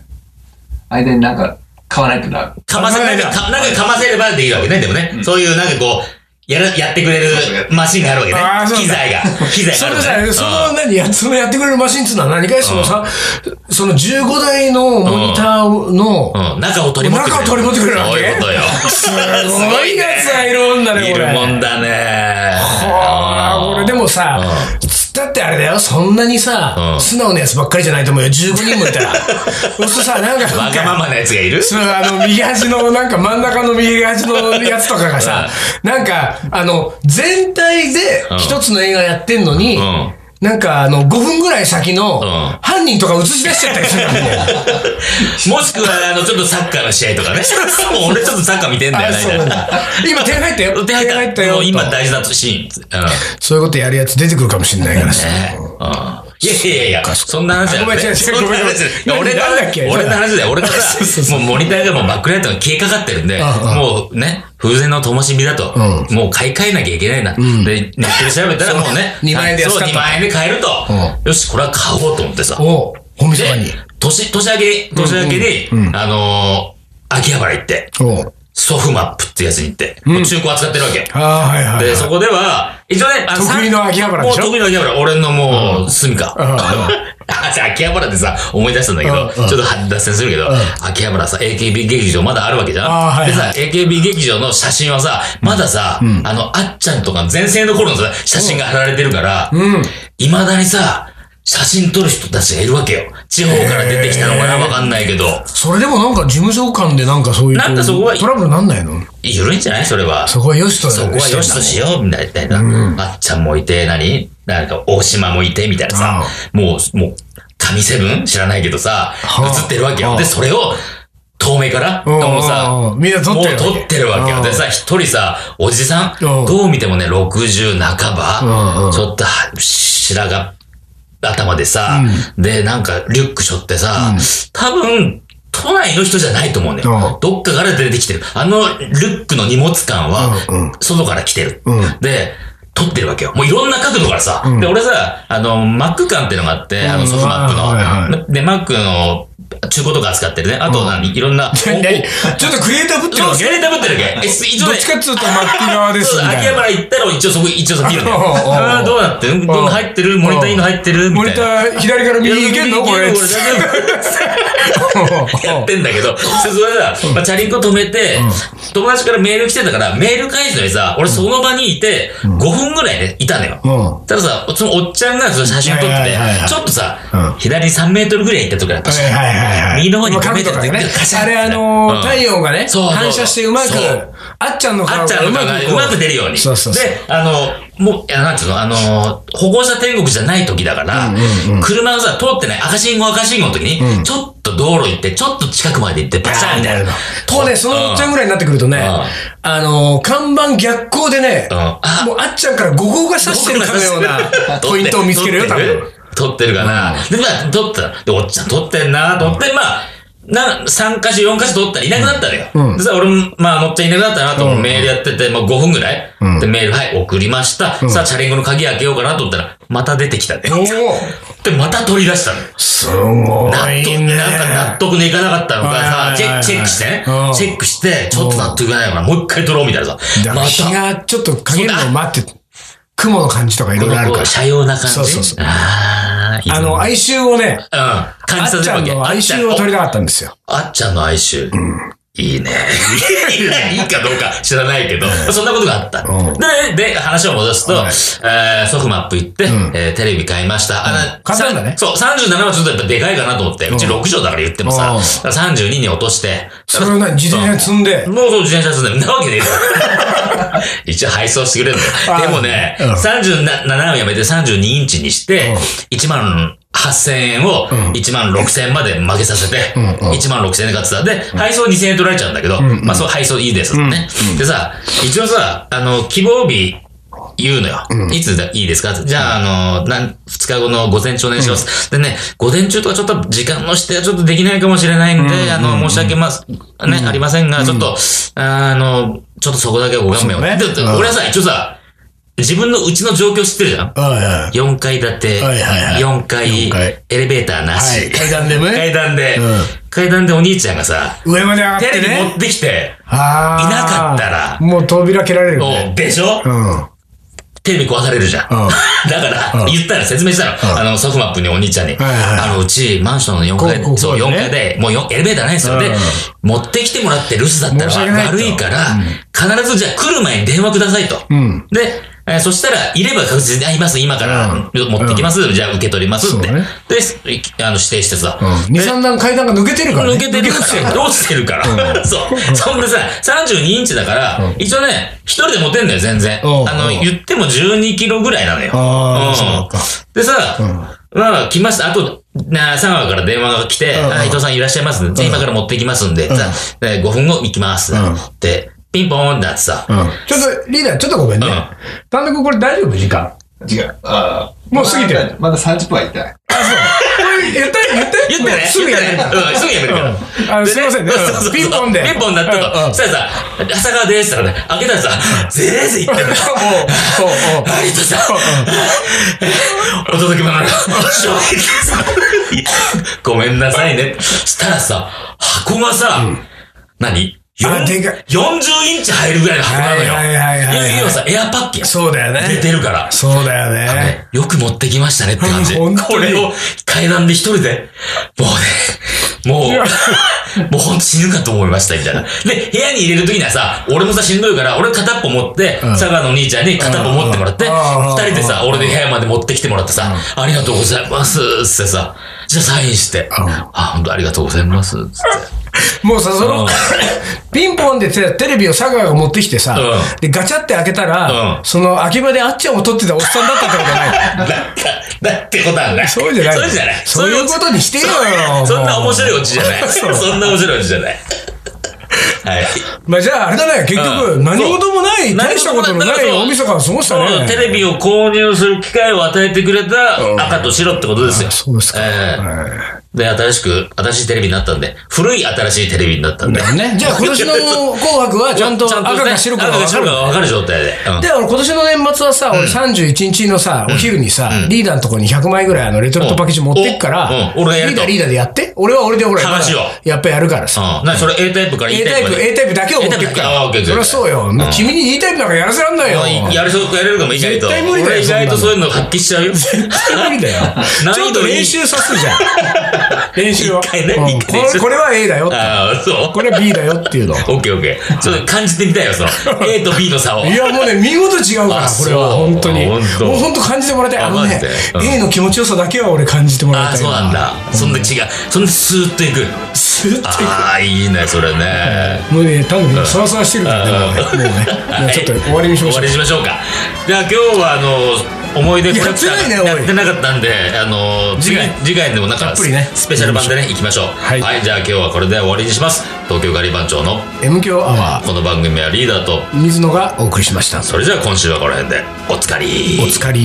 [SPEAKER 3] 間になんか買わないとな。
[SPEAKER 1] かませ、なんか、かなんかかませればできるわけね。でもね、そういうなんかこう、やる、やってくれるマシンがあるわけね
[SPEAKER 2] あーそう。だ
[SPEAKER 1] 機材が。機材
[SPEAKER 2] そ
[SPEAKER 1] がある
[SPEAKER 2] れ
[SPEAKER 1] わけね。
[SPEAKER 2] さ、その何や、そのやってくれるマシンっつうのは何かいそのさ、その15台のモニターの、
[SPEAKER 1] うんうん中を取り持ってくれ
[SPEAKER 2] 中
[SPEAKER 1] る。
[SPEAKER 2] を取り持ってくれるわけ
[SPEAKER 1] そういうことよ。
[SPEAKER 2] すごいやつがいるんだね、
[SPEAKER 1] い
[SPEAKER 2] こ
[SPEAKER 1] る
[SPEAKER 2] れ。
[SPEAKER 1] もんだね。
[SPEAKER 2] ああ、
[SPEAKER 1] うん
[SPEAKER 2] 俺でもさ、だってあれだよ、そんなにさ、
[SPEAKER 1] うん
[SPEAKER 2] 素直なやつばっかりじゃないと思うよ、15人もいた
[SPEAKER 1] (laughs)
[SPEAKER 2] ら。そうするとさ、なんか、
[SPEAKER 1] わがままなやつがいる
[SPEAKER 2] そうあの、右端の、なんか真ん中の右端のやつとかがさ、なんか、あの、全体で
[SPEAKER 1] うん
[SPEAKER 2] 一つの映画やってんのに、
[SPEAKER 1] うん
[SPEAKER 2] なんかあの、5分ぐらい先の
[SPEAKER 1] ん
[SPEAKER 2] 犯人とか映し出しちゃったりするんだもん。
[SPEAKER 1] (laughs) もしくは、あの、ちょっとサッカーの試合とかね。もう俺ちょっとサッカー見てんだ
[SPEAKER 2] あ
[SPEAKER 1] よ、
[SPEAKER 2] そう
[SPEAKER 1] 大体。
[SPEAKER 2] 今点入ったよ。
[SPEAKER 1] 手入った。もう今
[SPEAKER 2] と
[SPEAKER 1] 大事なシーン。うん。
[SPEAKER 2] そういうことやるやつ出てくるかもしれないからさ。
[SPEAKER 1] ねうんいやいやいやいや、そんな話じゃ
[SPEAKER 2] あごめん違う違う
[SPEAKER 1] そんな
[SPEAKER 2] ごめんごめん
[SPEAKER 1] 話じゃない
[SPEAKER 2] 何
[SPEAKER 1] 俺の
[SPEAKER 2] なんだっけ
[SPEAKER 1] 俺の話だよ。俺がさ
[SPEAKER 2] (laughs) そうそう
[SPEAKER 1] もうモニターがもうバックライトが消えかかってるんで、
[SPEAKER 2] うんうん
[SPEAKER 1] もうね、風船の灯火だと、
[SPEAKER 2] う、
[SPEAKER 1] もう買い替えなきゃいけないな。で、ネットで調べたらもうね
[SPEAKER 2] 二万円で安かった
[SPEAKER 1] そう、2万円で買えると、よし、これは買おうと思ってさ。
[SPEAKER 2] おおみそかに
[SPEAKER 1] で。、年、年明け、年明けに、あのー、秋葉原行って、
[SPEAKER 2] おう
[SPEAKER 1] ソフマップってやつに行って、中古扱ってるわけ。
[SPEAKER 2] ああ、はいはいはい。
[SPEAKER 1] で、そこでは、一応ね、あ
[SPEAKER 2] 得意の秋葉原でしょ
[SPEAKER 1] もう得意の秋葉原、俺のもう、住みか。
[SPEAKER 2] うんうん
[SPEAKER 1] (laughs) あ、じゃあ秋葉原でさ、思い出したんだけ
[SPEAKER 2] うんうん
[SPEAKER 1] ど、ちょっと脱線するけど、秋葉原さ、AKB 劇場まだあるわけじゃん。
[SPEAKER 2] あーはい
[SPEAKER 1] で
[SPEAKER 2] は
[SPEAKER 1] さ、AKB 劇場の写真はさ、まださ、あの、あっちゃんとか前世の頃のさ写真が貼られてるから、未だにさ、写真撮る人たちがいるわけよ。地方から出てきたのかなわかんないけど。
[SPEAKER 2] それでもなんか事務所間でなんかそういうこう
[SPEAKER 1] なんかそこは
[SPEAKER 2] トラブルなんないの
[SPEAKER 1] 緩いんじゃないそれは。
[SPEAKER 2] そこはよしと
[SPEAKER 1] そこはよしとしよう、みたいな。あっちゃんもいて、何なんか、大島もいて、みたいなさ。もう、もう、神セブン知らないけどさ、
[SPEAKER 2] あ
[SPEAKER 1] 映ってるわけ
[SPEAKER 2] は
[SPEAKER 1] よ。
[SPEAKER 2] あ
[SPEAKER 1] で、それを、遠目から、
[SPEAKER 2] うんうんうん
[SPEAKER 1] もうさ、
[SPEAKER 2] みんな撮ってるわけ
[SPEAKER 1] もう撮ってるわけ
[SPEAKER 2] う
[SPEAKER 1] よ。
[SPEAKER 2] ん
[SPEAKER 1] でさ、一人さ、おじさん、
[SPEAKER 2] うん
[SPEAKER 1] どう見てもね、60半
[SPEAKER 2] うんうん
[SPEAKER 1] ば、ちょっと、は白髪頭でさ、で、なんかリュック背負ってさ、多分、都内の人じゃないと思うね、
[SPEAKER 2] うん
[SPEAKER 1] よどっかから出てきてる。あのリュックの荷物感は
[SPEAKER 2] うんうん、
[SPEAKER 1] 外から来てる、
[SPEAKER 2] うん
[SPEAKER 1] で、撮ってるわけよ。もういろんな角度からさ。で、俺さ、あの、マック感っていうのがあって、あ
[SPEAKER 2] う
[SPEAKER 1] の、
[SPEAKER 2] ん
[SPEAKER 1] ソフトマックの。
[SPEAKER 2] はいは
[SPEAKER 1] で、マックの、中古とか扱ってるね。あと何、い
[SPEAKER 2] (laughs)
[SPEAKER 1] ろんな。
[SPEAKER 2] 何何ちょっとクリエイターぶってる
[SPEAKER 1] そう、
[SPEAKER 2] わけ
[SPEAKER 1] スレータぶってるわけ。え、す一応
[SPEAKER 2] どっ
[SPEAKER 1] ね
[SPEAKER 2] ち、かっつうとマッキー側です
[SPEAKER 1] そう
[SPEAKER 2] みたい
[SPEAKER 1] 秋葉
[SPEAKER 2] な。
[SPEAKER 1] 原行ったら一応そこ、一応さ、見るね。
[SPEAKER 2] おうおうおう
[SPEAKER 1] ああ、どうなってるどんな入ってるモニターいいの入ってるみ
[SPEAKER 2] モ
[SPEAKER 1] た
[SPEAKER 2] ニ
[SPEAKER 1] い
[SPEAKER 2] タ
[SPEAKER 1] な。
[SPEAKER 2] ー左から右に行けんのこれ。
[SPEAKER 1] 俺やってんだけど、そそれさ、まあ、チャリンコ止めて、友達からメール来てたから、メール返すのにさ、俺その場にいて、5分ぐらいね、いたのよ。
[SPEAKER 2] (laughs) うん
[SPEAKER 1] たださ、そのおっちゃんがその写真撮って
[SPEAKER 2] はい
[SPEAKER 1] て
[SPEAKER 2] はいはいは、い
[SPEAKER 1] ちょっとさ、
[SPEAKER 2] うん
[SPEAKER 1] 左に3メートルぐらい行った時だったし
[SPEAKER 2] はいはいはいはい。
[SPEAKER 1] 右の方に
[SPEAKER 2] まあ
[SPEAKER 1] 5メ
[SPEAKER 2] 角
[SPEAKER 1] ート
[SPEAKER 2] と
[SPEAKER 1] ル
[SPEAKER 2] かで
[SPEAKER 1] 行って
[SPEAKER 2] ね
[SPEAKER 1] カシャン。
[SPEAKER 2] あ
[SPEAKER 1] って
[SPEAKER 2] れあのー、太陽がね、
[SPEAKER 1] そうそう
[SPEAKER 2] 反射してうまく
[SPEAKER 1] そう、
[SPEAKER 2] あっちゃんの顔
[SPEAKER 1] あっちゃんの顔が
[SPEAKER 2] こ
[SPEAKER 1] うまく出るように。
[SPEAKER 2] そうそうそう
[SPEAKER 1] で、あの、もう、いや、なんていうの、あの、歩行者天国じゃない時だから、車がさ、通ってない赤信号赤信号の時に、ちょっと道路行って、ちょっと近くまで行って、バシャンみたいな。
[SPEAKER 2] とね、そのおっちゃんぐらいになってくるとね、あのー、看板逆光でね
[SPEAKER 1] うん、あ
[SPEAKER 2] もうあっちゃんから5号が指してるかのようなポイントを見つけるよ、多分。。
[SPEAKER 1] 撮ってるかな。で、まあ、撮った。で、おっちゃん撮ってんな、撮って、まあ、な、3箇所、4箇所撮ったらいなくなったのよ。でさ、俺も、まあ、乗っちゃんいなくなったなと思って、メールやってて、まあ、5分ぐらい、で、メール、はい、送りました。さあ、チャリンコの鍵開けようかなと思ったら、また出てきたね。
[SPEAKER 2] おお
[SPEAKER 1] で、また取り出したのよ。
[SPEAKER 2] すご
[SPEAKER 1] 納
[SPEAKER 2] い
[SPEAKER 1] 得、
[SPEAKER 2] ね。
[SPEAKER 1] なんか納得のいかなかったの
[SPEAKER 2] はいはいはいはい
[SPEAKER 1] かさ、チェチェックしてね
[SPEAKER 2] うん。
[SPEAKER 1] チェックして、ちょっと納得いかないから、もう一回取ろうみたいなさ。
[SPEAKER 2] だか
[SPEAKER 1] ま
[SPEAKER 2] ら
[SPEAKER 1] た、
[SPEAKER 2] 日がちょっと陰るのを待って、雲の感じとかいろいろある
[SPEAKER 1] こ
[SPEAKER 2] か
[SPEAKER 1] う、
[SPEAKER 2] ら。
[SPEAKER 1] 斜陽な感じ。
[SPEAKER 2] そうそうそう
[SPEAKER 1] あーいいね
[SPEAKER 2] あの、哀愁をね、
[SPEAKER 1] うん。感
[SPEAKER 2] あ
[SPEAKER 1] じさ
[SPEAKER 2] っち
[SPEAKER 1] せる
[SPEAKER 2] ゃ
[SPEAKER 1] わ
[SPEAKER 2] ん
[SPEAKER 1] け。
[SPEAKER 2] の哀愁を取りたかったんですよ。
[SPEAKER 1] あっちゃんの哀愁。いいね。いやいいかどうか知らないけど、そんなことがあった。で、で、話を戻すと、
[SPEAKER 2] はい
[SPEAKER 1] えーソフマップ行って、えーテレビ買いました。あの
[SPEAKER 2] 簡単だね
[SPEAKER 1] さそう、37はちょっとやっぱでかいかなと思って、うち6畳だから言ってもさ
[SPEAKER 2] うん、
[SPEAKER 1] だから32に落として、
[SPEAKER 2] それを何自転車に積んで、
[SPEAKER 1] もうそう自転車すんだよ。なわけねえだ (laughs) ろ一応配送してくれるん
[SPEAKER 2] あ
[SPEAKER 1] だよ。でもね、
[SPEAKER 2] うん
[SPEAKER 1] 37をやめて32インチにして、1万8000円を1万6000円まで負けさせて、1万6000円で買ってた。で、配送2000円取られちゃうんだけど、まあそう配送いいですってね。でさ、一応さ、あの、希望日、言うのよ。いつだいいですかじゃあ、あの、なん、二日後の午前中お願いします。でね、午前中とかちょっと時間の指定はちょっとできないかもしれないんで、あの、申し訳ます、ね、ありませんが、ちょっと、あの、ちょっとそこだけはご勘弁を。
[SPEAKER 2] そうね
[SPEAKER 1] でで
[SPEAKER 2] うん
[SPEAKER 1] 俺はさ、一応さ、自分のうちの状況知ってるじゃん
[SPEAKER 2] はいはい
[SPEAKER 1] ?4 階建て、
[SPEAKER 2] はいはいはい
[SPEAKER 1] 4
[SPEAKER 2] 四
[SPEAKER 1] 階
[SPEAKER 2] 階、
[SPEAKER 1] エレベーターなし、
[SPEAKER 2] はい階段でね
[SPEAKER 1] 階段で、
[SPEAKER 2] うん
[SPEAKER 1] 階段でお兄ちゃんがさ、
[SPEAKER 2] 上まで上がっ
[SPEAKER 1] テ
[SPEAKER 2] て
[SPEAKER 1] レビ持
[SPEAKER 2] ね
[SPEAKER 1] っ。てきて、
[SPEAKER 2] あー
[SPEAKER 1] いなかったら
[SPEAKER 2] もう扉蹴られるよね。
[SPEAKER 1] おでしょ
[SPEAKER 2] うん。うん。
[SPEAKER 1] テレビ壊されるじゃん。
[SPEAKER 2] うん
[SPEAKER 1] (laughs) だから、
[SPEAKER 2] うん
[SPEAKER 1] 言ったら説明したの。あの、ソフマップにお兄ちゃんに。
[SPEAKER 2] はいはい
[SPEAKER 1] あの、うち、マンションの4階、
[SPEAKER 2] こうこう
[SPEAKER 1] そう、
[SPEAKER 2] こう
[SPEAKER 1] 4
[SPEAKER 2] ね
[SPEAKER 1] 階で、もうよエレベーターないんですよ。
[SPEAKER 2] うん
[SPEAKER 1] で、持ってきてもらって留守だった
[SPEAKER 2] 申し訳
[SPEAKER 1] ら
[SPEAKER 2] ないと
[SPEAKER 1] 悪いから、必ずじゃあ来る前に電話くださいと。
[SPEAKER 2] ん
[SPEAKER 1] で、えーそしたら、いれば確実に、あ、います、今から、持ってきます、じゃあ受け取りますって。
[SPEAKER 2] そうね
[SPEAKER 1] で、いあの、指定してさ。
[SPEAKER 2] 2、3段階段が抜けてるからね。
[SPEAKER 1] 抜けてるから、 (laughs) 落ちてるから。そう。そんでさ、32インチだから、一応ね、一人で持てんだよ、全然。
[SPEAKER 2] うん
[SPEAKER 1] あの、
[SPEAKER 2] うん
[SPEAKER 1] 言っても12キロぐらいなのよ。
[SPEAKER 2] あー
[SPEAKER 1] うん
[SPEAKER 2] そうか
[SPEAKER 1] でさ、まあ、来ました。あと、な3話から電話が来て、
[SPEAKER 2] うん
[SPEAKER 1] あ伊藤さんいらっしゃいます。じゃあ今から持ってきますんで、さ、で5分後行きます。
[SPEAKER 2] ん
[SPEAKER 1] で、ピンポーンだってさ、
[SPEAKER 2] うんちょっと、リーダー、ちょっとごめんね
[SPEAKER 1] うん。
[SPEAKER 2] 単独これ大丈夫時間。
[SPEAKER 3] 違う。あー
[SPEAKER 2] もう過ぎてる
[SPEAKER 3] まだ30分は行ってない。
[SPEAKER 2] これ言った言った
[SPEAKER 1] 言ってね。
[SPEAKER 2] すぐやめるか
[SPEAKER 1] うん、すぐやめるから。
[SPEAKER 2] ら。あすいませんね
[SPEAKER 1] そうそうそう。
[SPEAKER 2] ピンポンで。
[SPEAKER 1] ピンポンになって
[SPEAKER 2] うんうん
[SPEAKER 1] と。そしたらさ、朝川ですって言ったらね、開けたらさ、ゼレーゼ言ってる。
[SPEAKER 2] (laughs) おうおうおう
[SPEAKER 1] ありとさ、お届け物の衝撃さ、ごめんなさいね。したらさ、箱がさ、何よん
[SPEAKER 2] あでかい
[SPEAKER 1] ?40 インチ入るぐらいの箱なのよ。
[SPEAKER 2] はいはいはいはいはい
[SPEAKER 1] 要はさ、エアパッケン
[SPEAKER 2] そうだよ
[SPEAKER 1] 入れ
[SPEAKER 2] ね。
[SPEAKER 1] てるから。
[SPEAKER 2] そうだよね。
[SPEAKER 1] よく持ってきましたねって感
[SPEAKER 2] (laughs)
[SPEAKER 1] じ。
[SPEAKER 2] 本当に
[SPEAKER 1] これを階段で一人で、もうね、もう、 (laughs) もうほんと死ぬかと思いました、みたいな。で、部屋に入れるときにはさ、俺もさしんどいから、俺片っぽ持って、佐川のお兄ちゃんに片っぽ持ってもらって、
[SPEAKER 2] うん
[SPEAKER 1] 二人でさ、俺で部屋まで持ってきてもらってさ、ありがとうございます、つってさ、じゃあサインして、あ、本当ありがとうございます、つって。
[SPEAKER 2] もうさ、そ
[SPEAKER 1] うん
[SPEAKER 2] の、ピンポンでテテレビを佐川が持ってきてさ
[SPEAKER 1] うん、
[SPEAKER 2] で、ガチャって開けた
[SPEAKER 1] う
[SPEAKER 2] ら
[SPEAKER 1] ん、
[SPEAKER 2] その、秋葉であっちゃんを撮ってたおっさんだったってことない。
[SPEAKER 1] だ、だ、だってことはない。
[SPEAKER 2] そうじゃない。
[SPEAKER 1] (laughs) そうじゃない。
[SPEAKER 2] そういうことにしてよよ。
[SPEAKER 1] そんな面白いオチじゃない。
[SPEAKER 2] そう
[SPEAKER 1] そんな面白いオチじゃない。はい。
[SPEAKER 2] まあじゃああれだね、結局、
[SPEAKER 1] うん
[SPEAKER 2] 何事もない、大したことの
[SPEAKER 1] だ
[SPEAKER 2] な
[SPEAKER 1] から
[SPEAKER 2] い
[SPEAKER 1] そう
[SPEAKER 2] 大晦日を過ごした
[SPEAKER 1] そ
[SPEAKER 2] ね。
[SPEAKER 1] うテレビを購入する機会を与えてくれた赤と白ってことですよ。
[SPEAKER 2] そうですか
[SPEAKER 1] ええで、新しく、新しいテレビになったんで、古い新しいテレビになったんで。
[SPEAKER 2] ね。じゃあ今年の紅白はちゃんと
[SPEAKER 1] (laughs) ちゃんとね
[SPEAKER 2] 赤か白かが分
[SPEAKER 1] 赤
[SPEAKER 2] か
[SPEAKER 1] 白
[SPEAKER 2] る
[SPEAKER 1] が分かる状態で。うん
[SPEAKER 2] で、俺今年の年末はさ、俺31日のさ、お昼にさ、リーダーのとこに100枚ぐらいあのレトルトパッケージ持ってくから、
[SPEAKER 1] うんうん俺がや
[SPEAKER 2] リー
[SPEAKER 1] ると
[SPEAKER 2] ダーリーダーでやって。俺は俺でほら、
[SPEAKER 1] 話を
[SPEAKER 2] まだやっぱやるからさ。
[SPEAKER 1] うん。なそれ A タイプから E
[SPEAKER 2] A
[SPEAKER 1] タ
[SPEAKER 2] タ
[SPEAKER 1] イ
[SPEAKER 2] イ
[SPEAKER 1] プま
[SPEAKER 2] プ、
[SPEAKER 1] で
[SPEAKER 2] A タイプだけを持ってくか
[SPEAKER 1] A タイプだけあオッケーオッケ
[SPEAKER 2] ら。そ
[SPEAKER 1] ー
[SPEAKER 2] りゃそうよ。君に E タイプなんかやらせらんないよ。
[SPEAKER 1] まあやるそうやれるかもいいんだけど。
[SPEAKER 2] 絶対無理だよ
[SPEAKER 1] 俺意外と
[SPEAKER 2] そ
[SPEAKER 1] そ
[SPEAKER 2] ん
[SPEAKER 1] ういうの発揮しちゃうよ。
[SPEAKER 2] 無理だよ
[SPEAKER 1] 難。
[SPEAKER 2] (laughs) ちょ
[SPEAKER 1] 易
[SPEAKER 2] っ
[SPEAKER 1] 度
[SPEAKER 2] と
[SPEAKER 1] に
[SPEAKER 2] 練習させ
[SPEAKER 1] (laughs)
[SPEAKER 2] るじゃん。練習は。
[SPEAKER 1] 一回ね
[SPEAKER 2] うん
[SPEAKER 1] 一
[SPEAKER 2] こ
[SPEAKER 1] 回練習
[SPEAKER 2] れこれは A だよって。
[SPEAKER 1] (laughs) ああ、そう。
[SPEAKER 2] これは B だよっていうの。い
[SPEAKER 1] オッケーオッケー。ちょっと感じてみたいよ、その。A と B の差を。
[SPEAKER 2] (laughs) や、もうね、見事違うから、
[SPEAKER 1] あ
[SPEAKER 2] これは、
[SPEAKER 1] そう
[SPEAKER 2] 本当に。も
[SPEAKER 1] 本当
[SPEAKER 2] う本当感じてもらいたい。あの
[SPEAKER 1] あマ
[SPEAKER 2] ね
[SPEAKER 1] ジで、うん
[SPEAKER 2] A の気持ちよさだけは俺感じてもらい
[SPEAKER 1] あ
[SPEAKER 2] た
[SPEAKER 1] あ、
[SPEAKER 2] い。
[SPEAKER 1] そうなん。だ。そんな違う。そんなスーッといく。
[SPEAKER 2] スーッとい
[SPEAKER 1] ああ、いいね、それね。
[SPEAKER 2] く。もうね、多分ね、サワサワしてるからね、もうね。も
[SPEAKER 1] (laughs)
[SPEAKER 2] うね
[SPEAKER 1] は
[SPEAKER 2] もう
[SPEAKER 1] い
[SPEAKER 2] ちょっと終わりにしましょ
[SPEAKER 1] 終わ
[SPEAKER 2] う
[SPEAKER 1] り。にしましょうか。じゃあ今日は、あの、思い出コレクター
[SPEAKER 2] やってないねおい
[SPEAKER 1] やってなかったんで、あの、次回
[SPEAKER 2] 次、
[SPEAKER 1] 次回でもなん
[SPEAKER 2] た
[SPEAKER 1] か、
[SPEAKER 2] っぷりね
[SPEAKER 1] スペシャル版でね、行きましょう。
[SPEAKER 2] はい
[SPEAKER 1] はい、じゃあ今日はこれで終わりにします。東京ガリ番長の
[SPEAKER 2] M 強アワ
[SPEAKER 1] この番組はリーダーと、
[SPEAKER 2] ー、水野がお送りしました。
[SPEAKER 1] それじゃあ今週はこの辺で、おつかり。
[SPEAKER 2] お疲れ。